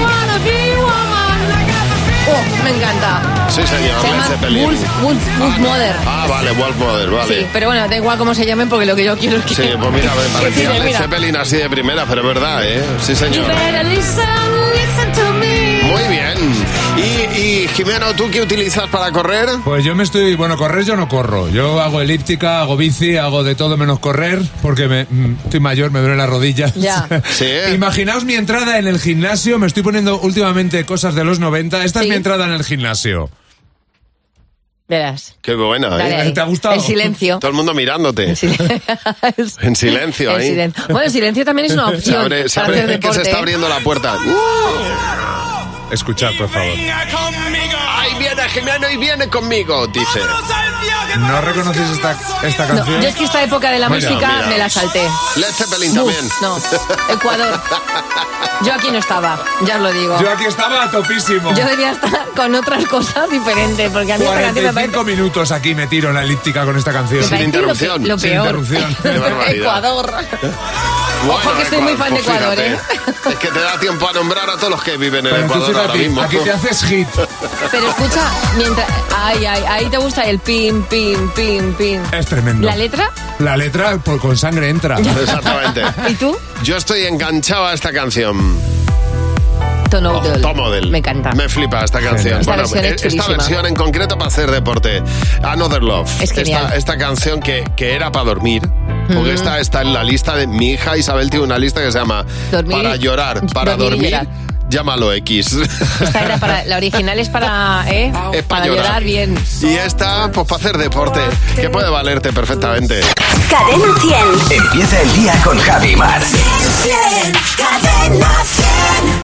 S4: Oh, me encanta.
S3: Sí, señor,
S4: Se
S3: Led
S4: llama
S3: Zeppelin.
S4: Wolf, Wolf, Wolf Mother.
S3: Ah, vale, Wolf Mother, vale.
S4: Sí, pero bueno, da igual cómo se llamen porque lo que yo quiero es que...
S3: Sí, pues mira, me
S4: que
S3: parecía
S4: tiren,
S3: Led
S4: mira.
S3: Zeppelin así de primera, pero es verdad, ¿eh? Sí,
S4: You
S3: señor.
S4: better listen, listen to me.
S3: Muy bien. Y, y Jimeno, ¿tú qué utilizas para correr?
S6: Pues yo me estoy, bueno, correr yo no corro. Yo hago elíptica, hago bici, hago de todo menos correr, porque me, mm, estoy mayor, me duelen las rodillas.
S4: Ya.
S3: eh.
S6: Imaginaos mi entrada en el gimnasio, me estoy poniendo últimamente cosas de los 90. Esta es mi entrada en el gimnasio.
S4: Verás.
S3: Qué buena, ¿eh?
S4: Dale ahí. El silencio.
S3: Todo el mundo mirándote. En silencio,
S4: El
S3: ahí.
S4: silencio. Bueno, el silencio también es una opción
S3: Se abre, se
S4: para
S3: abre-
S4: hacer
S3: que
S4: deporte.
S3: se está
S4: ¿eh?
S3: abriendo la puerta.
S6: Escuchad, por favor.
S3: Ahí viene Jimeno y viene conmigo, dice.
S6: ¿No reconocéis esta, esta
S4: No,
S6: canción?
S4: yo es que esta época de la
S6: Mira,
S4: música
S6: mira.
S4: me la salté.
S3: Led Zeppelin
S4: Uf,
S3: también.
S4: No, Ecuador. Yo aquí no estaba, ya os lo digo.
S6: Yo aquí estaba a topísimo.
S4: Yo debía estar con otras cosas diferentes, porque a mí esta canción me parece
S6: 45 minutos aquí me tiro en la elíptica con esta canción.
S4: Me parece Sin interrupción. lo pe- lo
S6: Sin
S4: peor.
S6: interrupción.
S4: Ecuador. Ojo que soy muy fan de
S3: pues
S4: Ecuador, ¿eh?
S3: fíjate, Es que te da tiempo a nombrar a todos los que viven en
S6: Pero tú
S3: Ecuador ahora
S6: fíjate,
S3: mismo.
S6: aquí te haces hit.
S4: Pero escucha, mientras. Ay, ay, ahí te gusta el pim, pim, pim, pim.
S6: Es tremendo.
S4: ¿La letra?
S6: La letra por, con sangre entra.
S3: Exactamente.
S4: ¿Y tú?
S3: Yo estoy enganchado a esta canción.
S4: Tono Udol.
S3: Tom Odell. Me
S4: encanta.
S3: Me flipa esta canción.
S4: Esta versión es
S3: eh, esta
S4: chulísima.
S3: versión en concreto para hacer deporte. Another Love.
S4: Es genial.
S3: esta, esta canción que, que era para dormir. Porque
S4: Mm.
S3: esta está en la lista de mi hija Isabel tiene una lista que se llama
S4: Dormir
S3: Para
S4: y-
S3: llorar, para
S4: dormir y
S3: dormir,
S4: llorar.
S3: llámalo X.
S4: Esta era para. La original es para. ¿eh?
S3: Es para
S4: llorar.
S3: llorar.
S4: bien.
S3: y esta, pues para hacer deporte, que puede valerte perfectamente.
S1: Cadena 100.
S2: Empieza el día con Javi Mar.
S1: Cadena 100.